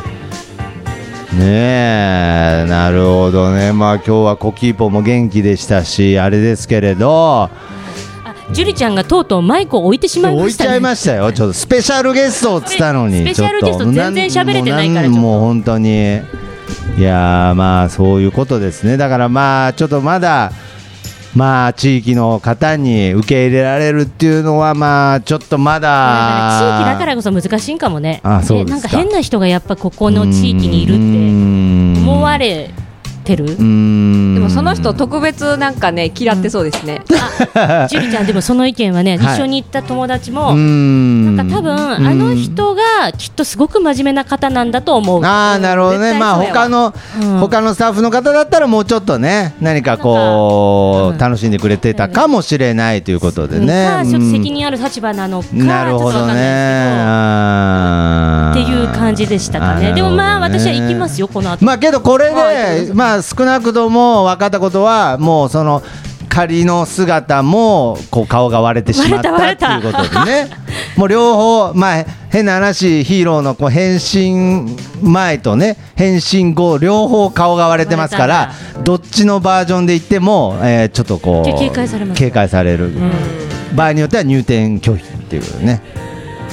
B: いはいはいねえなるほどねまあ今日はコキーポも元気でしたしあれですけれど
C: あジュリちゃんがとうとうマイクを置いてしまいま
B: 置い
C: し
B: ちゃ
C: た
B: い
C: ね
B: ましたよ、ちょっとスペシャルゲストっつったのに、
C: スペシャル
B: ちょっと
C: ゲスト全然喋れてないから
B: ん
C: ちょっと
B: もう本当に、いやー、まあそういうことですね、だからまあ、ちょっとまだ、まあ地域の方に受け入れられるっていうのは、まあちょっとまだ、
C: だから地域だからこそ難しいんかもね
B: あそうですか
C: なんか変な人がやっぱここの地域にいるって
B: て
C: 思われてる
B: うーん
D: でもその人特別なんかね嫌ってそうですね。
C: あジュリちゃんでもその意見はね、
B: はい
C: 一緒に行った友達
B: うー
C: も、
B: ん
C: なんか多分あの人がきっとすごく真面目な方なんだと思う。
B: ああなるほど
D: 絶
B: ね、
D: 対
B: まあ
D: そうやわ
B: 他の、
C: うん
B: 他のスタッフの方だったらもうちょっとね、何か
C: なん
B: こ
C: かう
B: うん楽しんでくれてたかもしれないということでね。
C: かち
B: う
C: ょっと
B: ん
C: 責任ある立場なのか、
B: なるほ
C: ちょっと
B: ど
C: わか
B: ね
C: んないですけど
B: あー
C: っていう感じでしたかね
B: あー
C: でもまあ
B: なるほどね
C: 私は行きますよこの後
B: まあけどこれ
C: はい
B: でまあ少なくとも分かったことはもうその仮の姿もこう顔が割れてしまった
C: 割れ
B: と
C: た
B: いうことでねもう両方 まあ変な話ヒーローのこう変身前とね変身後両方顔が割れてますから
C: 割
B: どっちのバージョンで言ってもえーちょっとこう
C: 警戒されます
B: 警戒される場合によっては入店拒否っていうね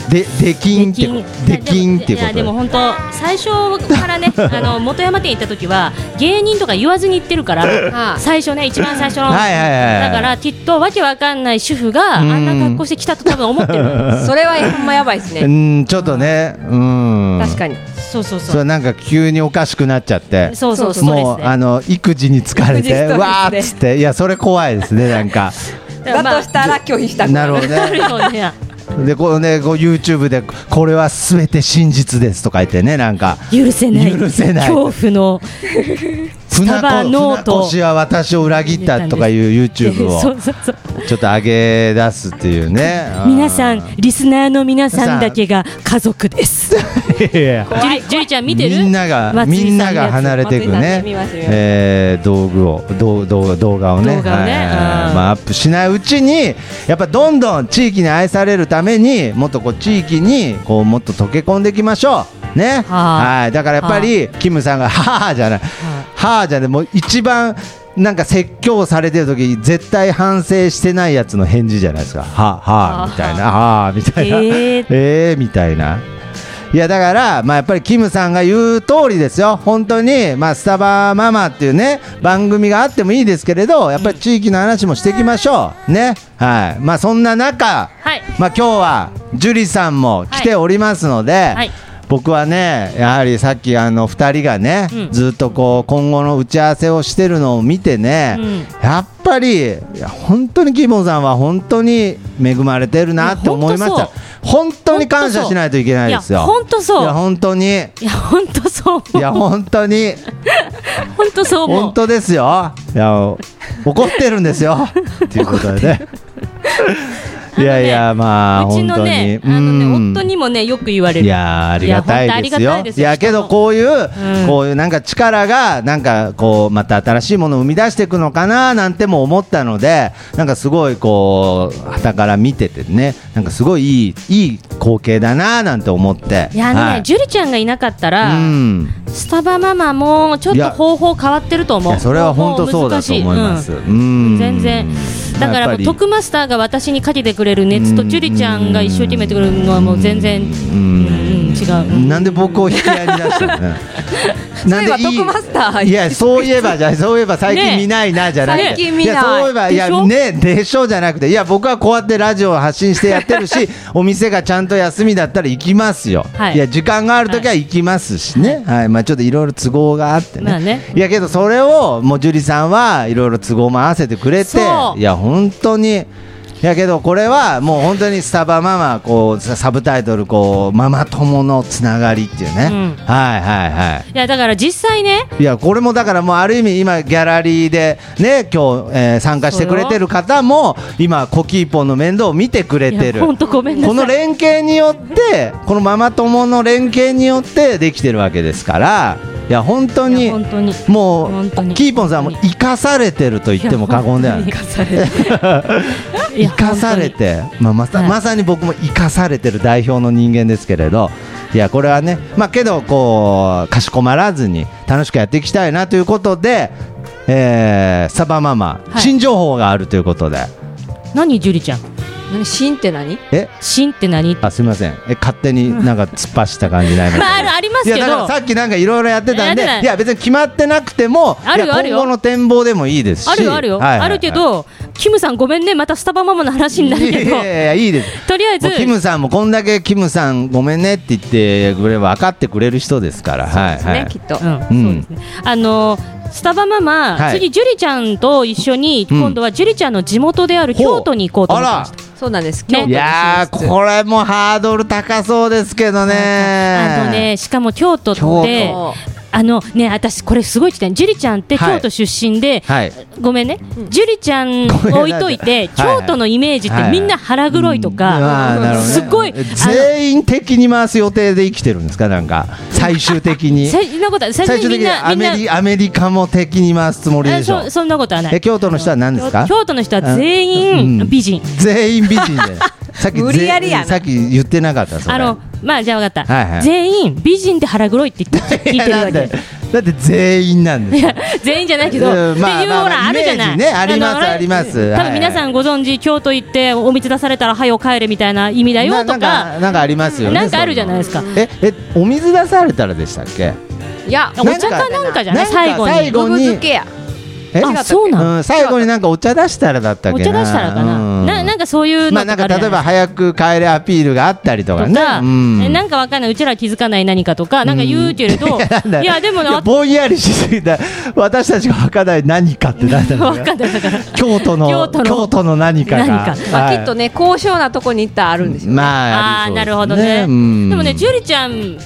B: で出禁ってこ
C: 出
B: と出禁っていう
C: いや
B: こ
C: でも
B: と
C: 本当最初か らねあの元山店行った時は芸人とか言わずに行ってるから
D: あ
C: 最初ね一番最初の
B: はいはいはいはい
C: だからきっとわけわかんない主婦があんな格好してきたと多分思ってる
D: それはほんまやばいです
B: でう
D: ね。
B: んちょっとねうん
D: 確かに。
C: そうそう
B: そ
C: そう
B: れなんか急におかしくなっちゃって
C: そうそうストレ
B: も
C: ス
B: う
C: で
B: あの育児に疲れ
D: 育
B: て
D: 児ストレスで
B: わーっつっていやそれ怖いですねなんか
D: だとしたら拒否したく
B: な
D: な
B: るほ
D: る。
B: ど
C: ある
B: ね
C: よね
B: でこうねこう YouTube でこれはすべて真実ですとか言ってねなんか
C: 許せない
B: 許せない
C: 恐怖のスタバ
B: 船
C: ノ
B: 越
C: ート
B: 船越は私を裏切ったとかいう YouTube を
C: そうそうそう
B: ちょっと上げ出すっていうね
C: 皆さんリスナーの皆さんだけが家族です
B: いやいや
C: ジュリジュリちゃん見てる
B: みんなが
C: 松井さ
B: みん
C: の
B: な
C: や
B: が
C: つ
B: 離れていくね
D: 松井さんのやつ見ます見ます
B: えー道具をどう動画動画をね
C: 動画をね
B: はい
C: うん
B: まあ、アップしないうちにやっぱどんどん地域に愛されるためにもっとこう地域にこうもっと溶け込んでいきましょうね
C: はい
B: はいだからやっぱりキムさんが「はあ」じゃない「はあ」じゃないもう一番なんか説教されてる時絶対反省してないやつの返事じゃないですか「はあはあ」みたいな「はあ」みたいな
C: え
B: え
C: ー
B: ーみたいな。いやだから、まあ、やっぱりキムさんが言う通りですよ、本当に、まあ、スタバママっていうね番組があってもいいですけれど、やっぱり地域の話もしていきましょう、ねはいまあ、そんな中、
C: はい
B: まあ、今日は樹里さんも来ておりますので、
C: はい
B: 僕はね、やはりさっきあの2人がね、
C: うん
B: ずっとこう今後の打ち合わせをしてるのを見てね、
C: う
B: やっぱりいや本当にキムさんは本当に恵まれてるなって思いまし
C: いや
B: た
C: 本。
B: 本当に感謝しないといけないですよ。
C: いや本当そう
B: いや本当に。い
C: いや本当そう思う
B: や本当に
C: 本当そう思う
B: 本当ですよ。いや怒ってるんですよ。っていうことでね。いやいやまあ
C: う
B: 本
C: ちの
B: 当に
C: ね。あの
B: うん
C: ね夫にもねよく言われ
B: い
C: る
B: やーありがた
C: いや
B: いで
C: 本当あり
B: す
C: が
B: よ。い
C: たい
B: や
C: ですよ
B: けどこういう、
C: うん
B: こういうなんか力がなんかこうまた新しいものを生み出していくのかななんても思ったのでなんかすごいこう傍から見ててねなんかすごいいいいい光景だななんて思って。
C: いやあのね、
B: はい
C: ジュリちゃんがいなかったら、
B: うん、
C: スタバママもちょっ
B: い
C: と
B: や
C: 方法変わってると
B: い
C: 思う
B: やそれは本当そうだと思います。
C: もうもう難しい
B: うん
C: うん全然だからもう徳マスターが私にかけてくれる熱と
B: うん
C: ジュリちゃんが一生懸命やってくれるのはもう全然うんうん違う
B: なんで僕を引き合いに出したの ねなんで
D: そういえば徳マスター
B: いやそういえばじ ゃないそういえば最
C: ね
B: 近
C: え
B: 見ないなじゃなくて、
D: 最近見ない
B: やそういえばいや
C: でしょ
B: ねでしょうじゃなくていや僕はこうやってラジオを発信してやってる しお店がちゃんと休みだったら行きますよ、
C: はい
B: い、や時間がある時は行きますしね、はいまあちょっといろいろ都合があってね,、
C: まあね
B: いやけどそれをもう樹里さんはいろいろ都合も合わせてくれて
C: そう
B: いや本当にいやけどこれはもう本当にスタバママこうササブタイトルこうママ友のつながりっていうね、
C: うん
B: はいはいはい
C: いやだから実際ね
B: いやこれもだからもうある意味今ギャラリーでね今日、えー参加してくれてる方も今コキーポンの面倒を見てくれて
C: い
B: る
C: やほんとごめんな
B: こ
C: さい
B: の連携によってこのママ友の連携によってできてるわけですからいや本当
C: い
B: に
C: や本当に
B: もう
C: 本当に
B: キーポンさんも
C: 本当に
B: 生かされてると言っても過言ではない
C: 生かされていや
B: 生かされて、まあ、まさ
C: はい
B: まさに僕も生かされてる代表の人間ですけれどいやこれはね、まあ、けどこうかしこまらずに楽しくやっていきたいなということで、えーサバママ、
C: はい
B: 新情報があるということで。
C: 何樹里ちゃん
D: 何シンって何
B: え
C: 芯って何
B: あすみませんえ勝手になんか突っ走った感じないの
C: まああるあります
B: い
C: け
B: や
C: ど
B: だからさっきなんかいろいろやってたんで
C: やってない
B: いや別に決まってなくても
C: あるよ
B: いや
C: あるよ
B: 今後の展望でもいいですし
C: あるよあるよ、
B: はいはいはい
C: あるけどキムさんごめんねまたスタバママの話になるけ
B: い
C: ど
B: やいやいやいいです
C: とりあえず
B: もうキムさんもこんだけキムさんごめんねって言ってくれれば分かってくれる人ですからはい
D: です
B: は
D: ね
B: い
D: きっと
C: うん
B: うん
C: そうですねあのスタバママ、
B: はい
C: 次、樹里ちゃんと一緒に、
B: うん
C: 今度は樹里ちゃんの地元である京都に行こうと思ってました。
D: そうなんです
C: ね
D: 京都
B: い
D: に
B: や
D: 進出
B: ーこれもハードル高そうですけどね
C: あのね、しかも京都
B: 京
C: って、あのね、私、これすごい聞きたい、樹里ちゃんって
B: はい
C: 京都出身で、
B: はい
C: ごめんね、樹里ちゃん
B: ごめんなさい
C: 置いといて、
B: はいはい
C: 京都のイメージってみんな腹黒いと
B: あーなるほ
C: か、
B: どね
C: すごい、あの
B: 全員敵に回す予定で生きてるんですかなんか最終的に
C: 最そんなことは最
B: 最
C: 初
B: 終
C: に
B: 的
C: みん
B: に
C: な、
B: ア
C: みんな
B: メ、リアメリカも敵に回すつもり
C: あ
B: でしょ
C: そそんなことはな
B: え
C: い。
B: 京都の人は何ですか
C: 京都の人は全
B: う
C: 員
B: ん
C: 美人。
B: 全員美人でさっき
D: 無理やりやな
B: ぜさっき言ってなかったそれ
C: あのまあじゃあ分かった、
B: はいはい
C: 全員美人で腹黒いって言って 聞いてる
B: な
C: だ
B: んで
C: け
B: だって全員なんですよ
C: 全員じゃないけど、
B: うんまあ
C: っていう
B: まあ
C: ほ
B: ま
C: ら
B: あ
C: あるじゃな
B: イメー
C: い、
B: ジねあります
C: のれ
B: あります
C: 多分皆さんご存知京都行ってお水出されたらはよ帰れみたいな意味だよ
B: な
C: と
B: な
C: か
B: んかなんかありますよね
C: なんかあるじゃないですか
B: そううのええお水出されたらでしたっけ
D: いや
C: お茶かなんかじゃない
B: なんか
C: 最後
B: 最
C: に
B: 後
D: ブ
B: に
D: ブ漬けや
B: え
C: あそうなん、
B: うん、最後になんかお茶出したらだったっ
C: お
B: け
C: 茶
B: な
C: 出したらかな、
B: うん
C: ななんかそういう
B: ま
C: の
B: あ
C: とか
B: な
C: あ
B: んか
C: るじゃ
B: 例えば早く帰れアピールがあったりとか
C: と
B: ね
C: か、
B: うん
C: えなんかわかんない、うちらは気づかない何かとか、なんか言うけれど、 いや、でも
B: い
C: な、
B: や
C: わ
B: ぼんやりしすぎた私たちが分からない何かってなんだろうね
C: かんない、だから、
B: 京都の京
C: 京都の
B: 都の何かが
C: 何か
D: まあ
B: は
D: き
B: い
D: っとね高尚なとこに行ったらあるんですよね
B: まあ
C: あ
B: あ
C: あー
B: りそうです
C: なるほどね、
B: うん
C: でもね、樹里ちゃん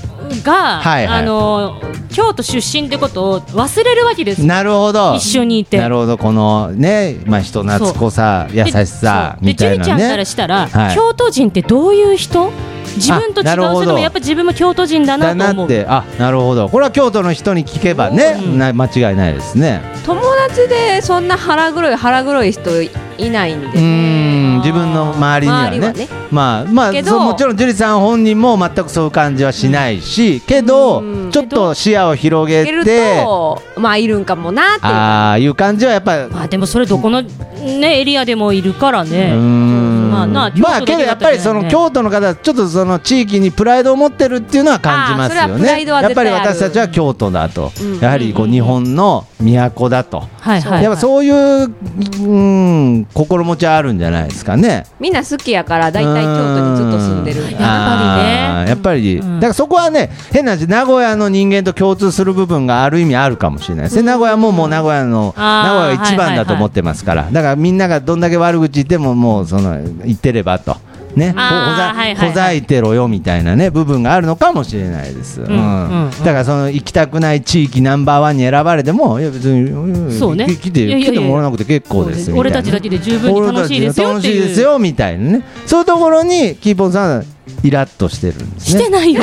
C: が、
B: はいはい
C: あの京都出身ってことを忘れるわけですよ、
B: なるほど
C: 一緒にいて。
B: なるほどこのねまあ人懐っこさ優しさ
C: で
B: みたい
C: そうで樹里
B: な
C: ちゃんから
B: ね
C: したら、
B: はい
C: 京都人ってどういう人自分と違う
B: あなるほど
C: それでもやっぱ自分も京都人
B: だ
C: だなと
B: な
C: 思
B: っ
C: う
B: てあなるほどこれは京都の人に聞けばね
C: うん
B: な間違いないですね
D: 友達でそんな腹黒い腹黒い人いないん
B: う
D: で
B: ん自分の周りにはね
D: 周りはね
B: まあまあ
D: けど
B: そうもちろん樹里さん本人も全くそういう感じはしないし、けど
D: うん
B: ちょっと視野を広げ
D: いける
B: て
D: とまあいるんかもなっていう
B: ああいう感じはやっぱ
C: まあでもそれどこの、ね、エリアでもいるからね、ま
B: ま
C: あなあ
B: まあ
C: 京都だ
B: け
C: け
B: どや
C: だ
B: っ
C: ったら
B: ぱ
C: ね
B: りその京都の方はちょっとその地域にプライドを持ってるっていうのは感じます
D: あー
B: よ
D: それはプラ
B: ね
D: イドは
B: やっ
D: 絶
B: ぱ
D: 対
B: り
D: ある
B: 私たちは京都だと、
D: うん
B: やはりこう日本の都だと、
C: はいはい、
B: やっぱそういう、うん、心持ちはあるんじゃないですかね。
D: みんな好きやから大体京都にずっと住んでる
B: うん
C: やっぱりね
B: あーやっぱり、
C: うん
B: だからそこはね、変な話、名古屋の人間と共通する部分がある意味あるかもしれないですね、名古屋ももう名古屋の、名
C: あー
B: 古屋が一番だと思ってますから、だからみんながどんだけ悪口言っても、もうその言ってればと。ね、ほほざ
C: あーはいはいはい
B: ほざいてろよみたいなね部分があるのかもしれないです、うん
C: んうんうん
B: だからその行きたくない地域ナンバーワンに選ばれてもいや別に、うん
C: そうね
B: 来来て
C: いやいやいや
B: 来てもらわなくて結構ですみい
C: 俺
B: な
C: たちだけで十分に楽しいですよ
B: 楽
C: っ
B: してい
C: いう
B: ですよみたいなねそういうところにキーポンさんイラッとしてるんです
C: し
B: ね
C: てないよ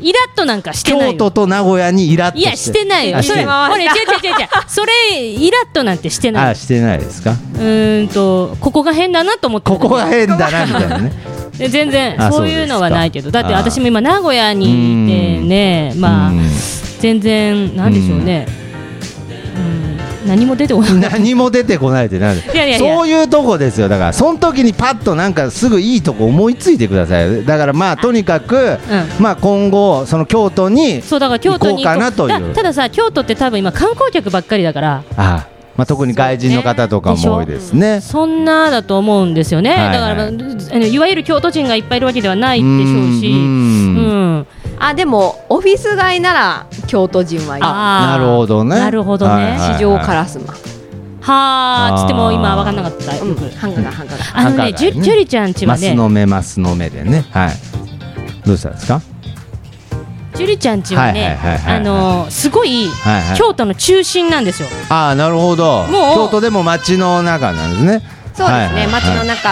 C: イラッとなんかしてない
B: 京
C: よ
B: 都と名古屋にイラッと
C: いやしてないよ
B: あ
C: そ
B: して
C: れ
B: ない
C: 俺
D: ない
C: 違う違う違う違うそれイラッとなんてしてない
B: あしてないですか
C: うーんとここが変だなと思って
B: ここが変だなみたいなね
C: で全然
B: あ
C: そういうのはないけどだって私も今名古屋にいてねまあ
B: うん
C: 全然なんでしょうねうん何も出てこない
B: 何も出てこないってなる
C: いやいやいや
B: そういうとこですよだからその時にパッとなんかすぐいいとこ思いついてくださいだからまあとにかく、まあ今後その京都に
C: そうだから京都
B: 行
C: に
B: こうかなという
C: だたださ京都って多分今観光客ばっかりだから
B: あまあ特に外人の方とかも多いですね
C: そんなだと思うんですよね、
B: はいはい
C: だからあのいわゆる京都人がいっぱいいるわけではないでしょうし
B: うん
C: うん
D: あでもオフィス街なら京都人はいる
B: な
C: あー
B: るほどね
C: なるほどね、
B: はいはい
D: 市場カラスマ
C: はあつっても今
B: あー
C: 分かんなかったよ
D: うん
C: く
D: ハンガがハンガが
C: あの
B: 繁華
C: ね
B: 街
C: ジュジュリちゃんちは
B: マス
C: ね
B: の目マスの目でねはいどうしたんですか
C: ジュリちゃんちはね
B: はいはいはいはい
C: あのーすごい
B: はいはい
C: 京都の中心なんですよ
B: ああなるほど
C: もう
B: 京都でも街の中なんですね
D: そうですね街
B: 中
D: の中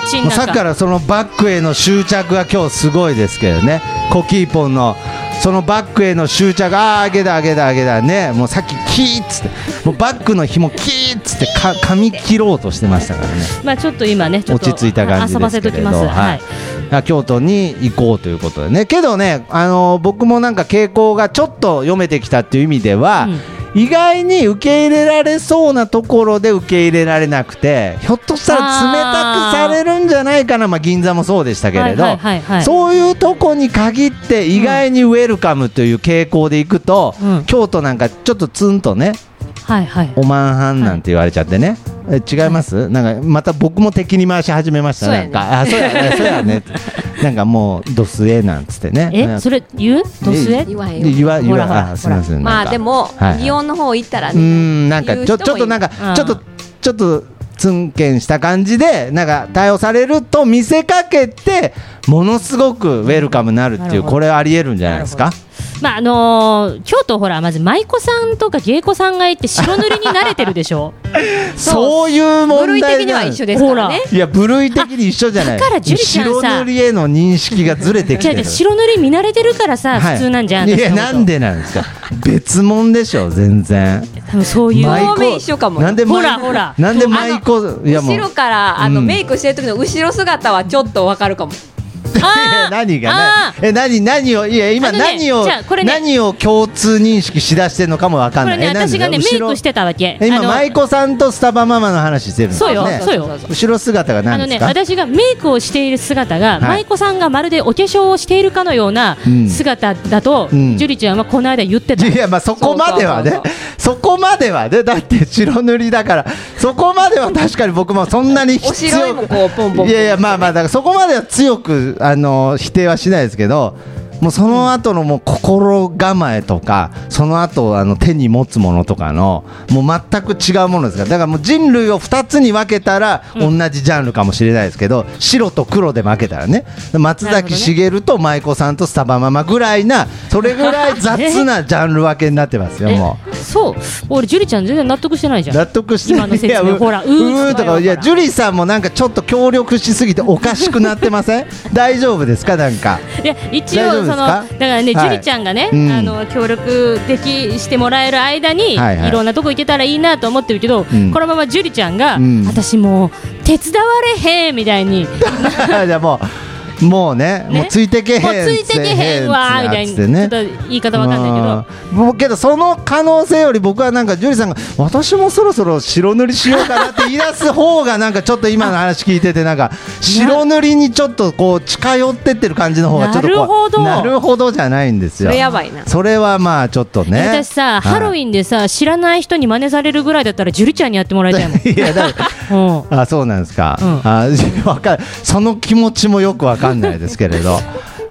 C: 街
B: も
C: の
B: うさっきか
C: 中
B: らそのバックへの執着が今日すごいですけどねコキーポンのそのバックへの執着ああ上げだ上げだ上げだねもうさっきキーッつってもうバックの紐キーッつってか噛み切ろうとしてましたからね
C: まあちょっと今ねちょっと
B: 落ち着いた感じ
C: 遊
B: で
C: ば
B: す
C: せ
B: け
C: とき
B: れ
C: ま
B: ど、
C: す
B: は
C: はい
B: い、あ京都に行こうということでねけどね、あの僕もなんか傾向がちょっと読めてきたっていう意味では、
C: うん
B: 意外に受け入れられそうなところで受け入れられなくてひょっとしたら冷たくされるんじゃないかなまあ、銀座もそうでしたけれど、
C: はいはいはいはい
B: そういうとこに限って意外にウェルカムという傾向でいくと、
C: うん
B: 京都なんかちょっとツンとね
C: はいはい
B: おまんはんなんて言われちゃってね、え違いますなんかまた僕も敵に回し始めました
D: そうや
B: ね
D: ね
B: なんかあそうや ねそうやねなんかもうドスえなんつってねなん
C: え
B: か
C: それ言うドスエ
D: 言わへん
B: で言わ言
C: ほらほら
B: わあすみません
D: まあでも、
B: はい
D: 祇園の方行ったら
B: うー
D: ね
B: んなんかち
D: 言
B: ょ
D: う人もいる
B: ちょっとなんか
C: うん
B: ちょっとちょっとつんけんした感じでなんか対応されると見せかけてものすごくウェルカムになるっ
C: な
B: てい
C: る
B: う
C: ほど
B: これありえるんじゃないですか
C: まああのー京都ほらまず舞妓さんとか芸妓さんがいて白塗りに慣れてるで しょ
B: そういう問
D: 部類
B: 題
D: 的には一緒
B: で
D: ですからね
B: いや部類的に一緒じゃない
C: あだから樹里ちゃんさ
B: 白塗りへの認識がずれてき
C: じゃ
B: て
C: あ
B: る
C: 白塗り見慣れてるからさ、
B: はい
C: 普通なんじゃん
B: い
C: 私
B: や
C: のこと
B: なんでなんですか別物でしょ全然
C: 多分そういう
B: 舞妓
D: 方面一緒かもよ
B: なんで舞
C: ほらほら
B: なんで舞妓いやもう
D: 後ろからあの、
B: うん
D: メイクしてる時の後ろ姿はちょっとわかるかも
B: え何が
C: あ
B: ねえ何何をいや今
C: あのね
B: 何を、
C: じゃあこれね
B: 何を共通認識しだしてるのかもわかん
C: こ
B: な
C: れ
B: い。
C: ね
B: え何
C: 私がねメ
B: 後
C: イ
B: ろ
C: クしてたわ
B: え
C: けあ
B: 今
C: の
B: 舞妓さんとスタバママの話してるんです
C: そうよ
B: ね。
C: そうよ
B: 後ろ姿が
C: あ
B: 何
C: の
B: で
C: ね
B: すか。
C: 私がメイクをしている姿
B: は
C: が、
B: い
C: 舞妓さんがまるでお化粧をしているかのような
B: うん
C: 姿だと、
B: うん
C: ジュリちゃんはこの間言ってた、
B: いやまあそこまではね
D: そうそ
B: そ
D: う
B: こまではねだって白塗りだからそこまでは確かに僕もそんなに
D: お
B: 必
D: 白い
B: 要
D: もこうポンポン
B: いやいやまあまあだからそこまでは強くあの否定はしないですけどもうその後のもう心構えとかその後あの手に持つものとかのもう全く違うものですからだからもう人類を2つに分けたら同じジャンルかもしれないですけど、白と黒で分けたらね松
C: なるほ
B: 崎
C: どね
B: しげると舞妓さんとスタバママぐらいなそれぐらい雑 なジャンル分けになってますよ
C: え
B: もう。
C: そう俺ジュリちゃん全然納得してないじゃん
B: 納得して
C: 今の説明
B: いやう
C: ほらう
B: う
C: ーん
B: ーとかいやジュリーさんもなんかちょっと協力しすぎておかしくなってませ ん大丈夫ですかなんか
C: いや一
B: 大丈夫
C: 応
B: です
C: そのだ
B: か
C: から
B: は
C: ね、
B: い
C: ジュリちゃんがね、
B: うん
C: あの協力できしてもらえる間に、
B: はい
C: い
B: はい
C: ろんなとこ行けたらいいなと思ってるけど、
B: ん
C: このままジュリちゃんが、
B: うん
C: 私もう手伝われへんみたいに
B: じゃあもうもうね
C: ね
B: もうついて けへん
C: もうついてけへんわーみたい
B: つ
C: に、
B: っ
C: ち
B: て
C: ょ
B: ね
C: っと言い方わかんない
B: いけどけどその可能性より僕はなんかジュリーさんが私もそろそろ白塗りしようかなって言い出す方がなんかちょっと今の話聞いててなんか白塗りにちょっとこう近寄ってってる感じの方がちょっとこう
C: なるほど
B: なるほどじゃないんです
D: そ
B: よ
D: れやばいな
B: それはまあちょっと
C: けど、
B: ね
C: 私さ、ハロウ
B: ン
C: ィンでさ知らない人に真似されるぐらいだったらジュリちゃんにやってもらいたいもん
B: いやだから
C: うん
B: あ そうなんですか、
C: うん
B: あ わかるその気持ちもよくわかんないですけれど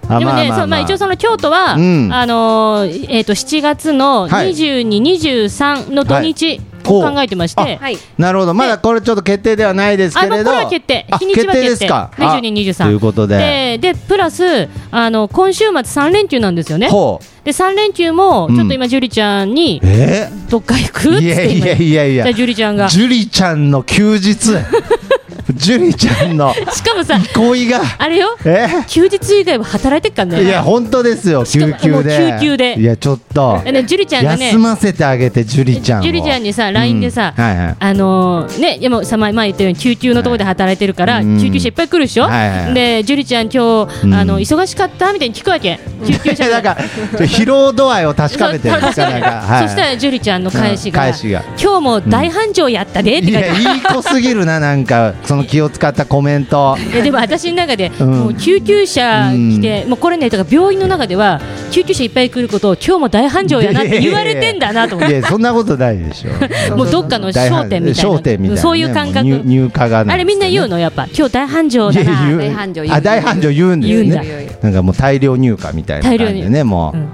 B: あ
C: で
B: まあま
C: もね、
B: あまあ
C: そうまあ一応その京都は、
B: うん
C: あのーえっ、と7月の
B: はい
C: 22、23の土日
B: お
C: を考えてまして、
B: あ
D: はい
B: なるほどまだこれちょっと決定ではないですけれど
C: あもうこれは決定
B: あ
C: 日にちは決定
B: ですか
C: 22
B: あ
C: 23
B: ということで
C: ででプラスあの今週末三連休なんですよね
B: ほう
C: で三連休も
B: うん
C: ちょっと今樹里ちゃんに
B: え
C: どっか行くっつっ
B: いや
C: て
B: い
C: 今
B: やいやいや
C: じゃあ樹里ちゃんがし
B: ジュリちゃんの休日 ジュリちゃんの
C: かもさ
B: 憩い が
C: あれよ
B: え
C: 休日以外は働いてっからね
B: いや本当ですよ
C: しか
B: 救
C: も
B: 急で
C: もう救急で
B: いやちょっと
C: えね樹里ちゃんがね
B: 休ませてあげてジュリちゃんを
C: ジュリちゃんにさ LINE でさ、
B: うんはいはい
C: あのーね山本さん前前言ったように救急のところで働いてるから、
B: はいうん
C: 救急車いっぱい来るでしょ、
B: はいはいはい
C: でジュリちゃん今日、
B: うん
C: あの忙しかったみたいに聞くわけ救
B: い
C: 急
B: や
C: 車
B: なんか疲労度合いを確かめてるんですよなんか、はい、
C: そしたらジュリちゃんの返しが,、
B: うん返しが
C: 今日も大繁盛やったでって
B: い
C: 書いてある、
B: やいい子すぎるななんかその気を使ったコメント
C: いやでも私の中で、
B: うん
C: もう救急車来て、もうこれね、だから病院の中では、救急車いっぱい来ることを、今日も大繁盛やなって言われてんだなと思っ
B: い
C: て、
B: やそんなことないでしょ
C: もうどっかの商店みたいな
B: 商店みたいなね
C: そういう感覚
B: もう入入荷が
C: あれ、みんな言う
B: の
C: の、やっぱ、今日大繁盛
B: いや
C: だな、
B: 言う
D: 大繁盛言う
B: あ大繁盛言うんです
C: 言
B: ね
D: うんだ
B: なんかもう大量入荷みたいな感じで
C: 大量入
B: ねもう、
C: うん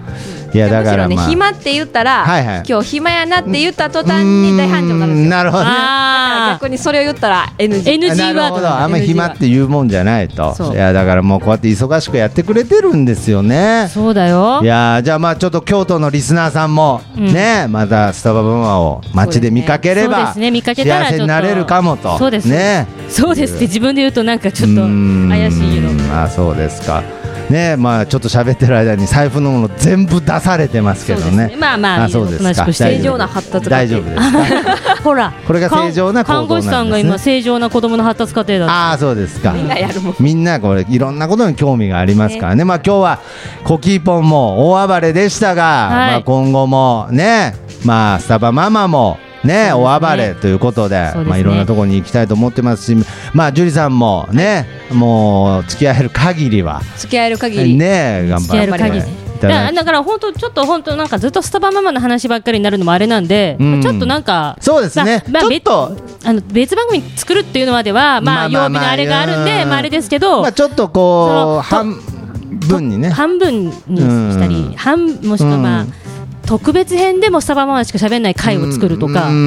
B: いやだ
D: む
B: か
D: しろ
B: ら
D: ね、
B: まあ
D: 暇って言ったら、
B: はいはい
D: 今日暇やなって言った途端に大繁盛になるん
B: う
D: です
B: ー
D: よ
B: なるほどね
C: あー
D: 逆にそれを言ったら NG
C: NG
B: なる
C: ワー
B: ほ
C: ド
B: ど
C: な
B: あん
C: ん
B: ま
C: だ
B: り暇っていうもんじゃないと
C: そう
B: いやだからもうこうやって忙しくやってくれてるんですよね
C: そうだよ
B: い、やーじゃあまあちょっと京都のリスナーさんも、
C: うん
B: ねまたスタバブマを街で見かけれ
C: そう
B: ば、
C: ですね見かけたら
B: 幸せになれるかもと
C: そうです
B: ね
C: そうですって、自分で言うと、なんかちょっ
B: う
C: と
B: ーん
C: 怪しいけど、
B: あそうですかねまあちょっと喋ってる間に財布のもの全部出されてますけど
C: そうです
B: ね
C: ねまあまあ
B: そうですか
C: おとなしくして
B: 大丈夫
D: 正常な発達過程
B: 大丈夫ですか
C: ほら
B: これが正常な
C: 看
B: 行動なんで
C: 看護
B: す
C: 師
B: ね
C: さんが今正常な子供の発達過程だって
B: ああそうですか
D: みんなやるもん
B: みんなこれいろんなことに興味がありますからね、まあ今日はコキーポンも大暴れでしたが、
C: はい
B: まあ今後もねまあスタバママもね
C: すね
B: 大暴れということで
C: そうですね
B: まあいろんなところに行きたいと思ってますしまあ樹里さんもね、もう付き合える限りは
D: 付き合える限り、
B: ね頑
C: 付き合え
B: 張
C: る
B: っ
C: 限り
B: て
C: ね
B: いた
C: だから
B: だいて
C: だから本当ちょっと本当なんかずっとスタバママの話ばっかりになるのもあれなんで、
B: うん
C: ちょっとなんか
B: そうですね
C: まあまあ
B: ちょっと
C: 別あの別番組作るっていうのまではまあ曜日のあれがあるんで、
B: うん
C: まあ、あれですけど、
B: まあちょっと
C: そ
B: こう
C: の
B: 半分にね
C: 半分にしたり、
B: うん
C: 半もしくはまあ、
B: うん
C: 特別編でもスタバママしか喋んない回を作るとか、
B: うんう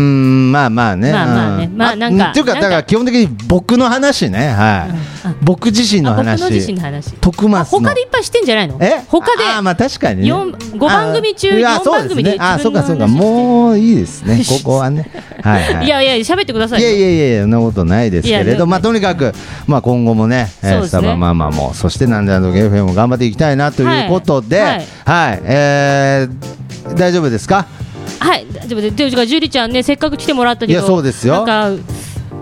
B: んまあまあね。
C: まあまあね
B: うん
C: まあなんか
B: っていうか、
C: な
B: だ
C: んか
B: から基本的に僕の話ね、はい。僕自身の
C: あ僕
B: 話。
C: の自身の話
B: 徳
C: あ
B: 松の。
C: 他でいっぱいしてんじゃないの
B: え
C: 他で
B: ああまあ確かにね
C: 四五番組中
B: あーいや
C: 四番組で
B: そうすねあー
C: 自
B: そう
C: 分の
B: かそうか
C: 話して
B: もういいです ねここはねはいはい
C: いやいや喋ってください
B: い
C: よ
B: やいやいやいやそんなことないですけ
C: い
B: れ
C: やで
B: ど、
C: も
B: まあ、とにかく、まあ、今後もね、えー
C: そうですね
B: スタバママも、そしてなんであの時 FM も頑張っていきたいなということで、は
C: はいい、
B: えー大丈夫ですか
C: はい、大丈夫です。というか、ジュリちゃんね、せっかく来てもらったけど、
B: いやそうですよ
C: なんか、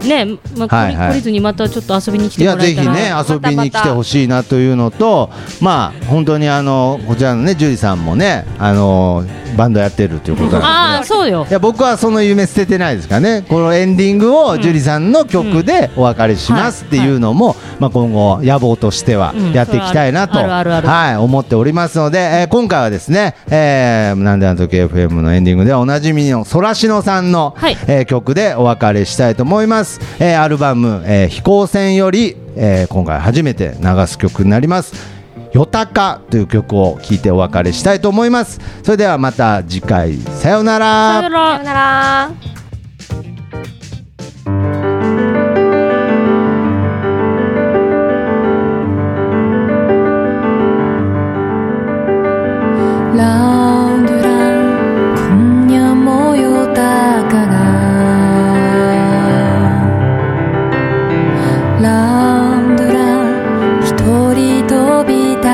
C: ね、まあ、こ
B: はいはい
C: 懲りずにまたちょっと遊びに来
B: い
C: ても
B: や
C: らえ
B: ぜ
C: た
B: ひ
C: ら。
B: ね遊びに来
D: またま
B: て
D: た
B: ほしいなというのとまあ本当にあのこちらのねジュリさんもねあのバンドやってるということなんで
C: ああ、そうよ
B: い。や僕はその夢捨ててないですからねこのエンディングをジュリさんの曲でお別れしますっていうのも、まあ、今後野望としては
C: うん
B: やっていきたいなと、
C: それはあるあるあるあ
B: はい、思っておりますので、えー今回はですね「えーなんであの時 FM」のエンディングではおなじみのそらしのさんの、
C: はい
B: えー曲でお別れしたいと思います、えーアルバム、えー飛行船」より、えー今回初めて流す曲になります「よたか」という曲を聴いてお別れしたいと思いますそれではまた次回さようなら
C: さよな
D: さ
C: ら
D: よ。なら
E: ランドゥラン今夜も夜高がランドゥラン一人飛び立って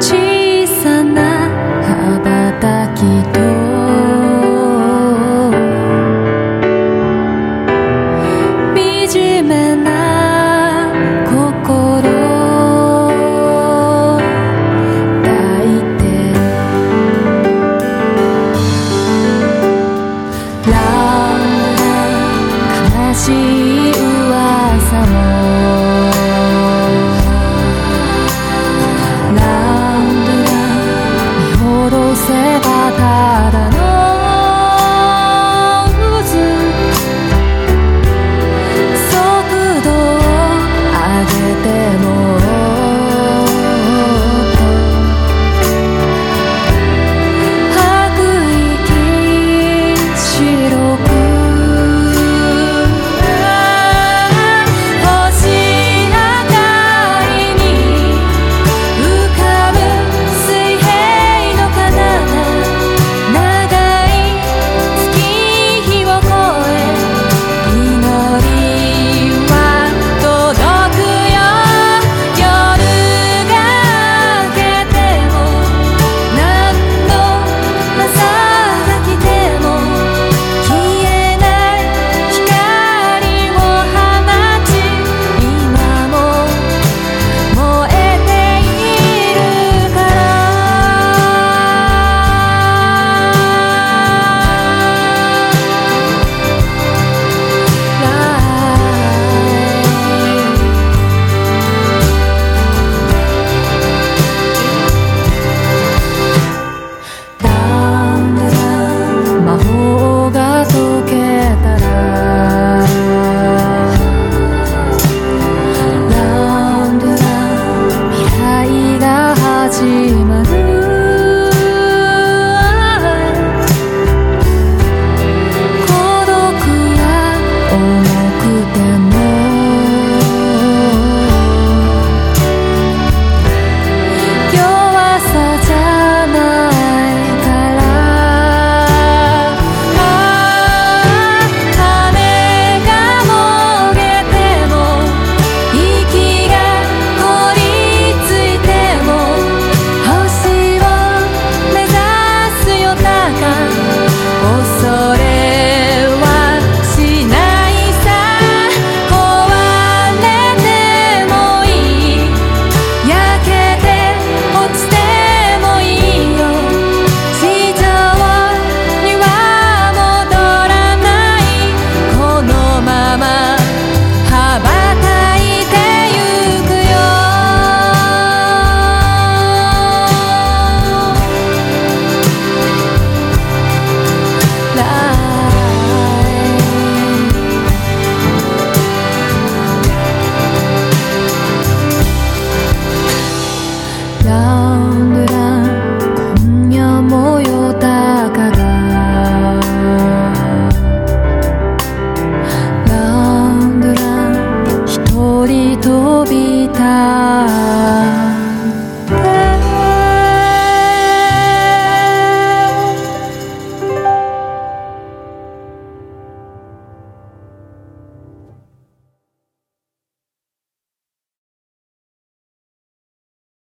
E: 小さな羽ばたきと惨めな心抱いてララ悲しい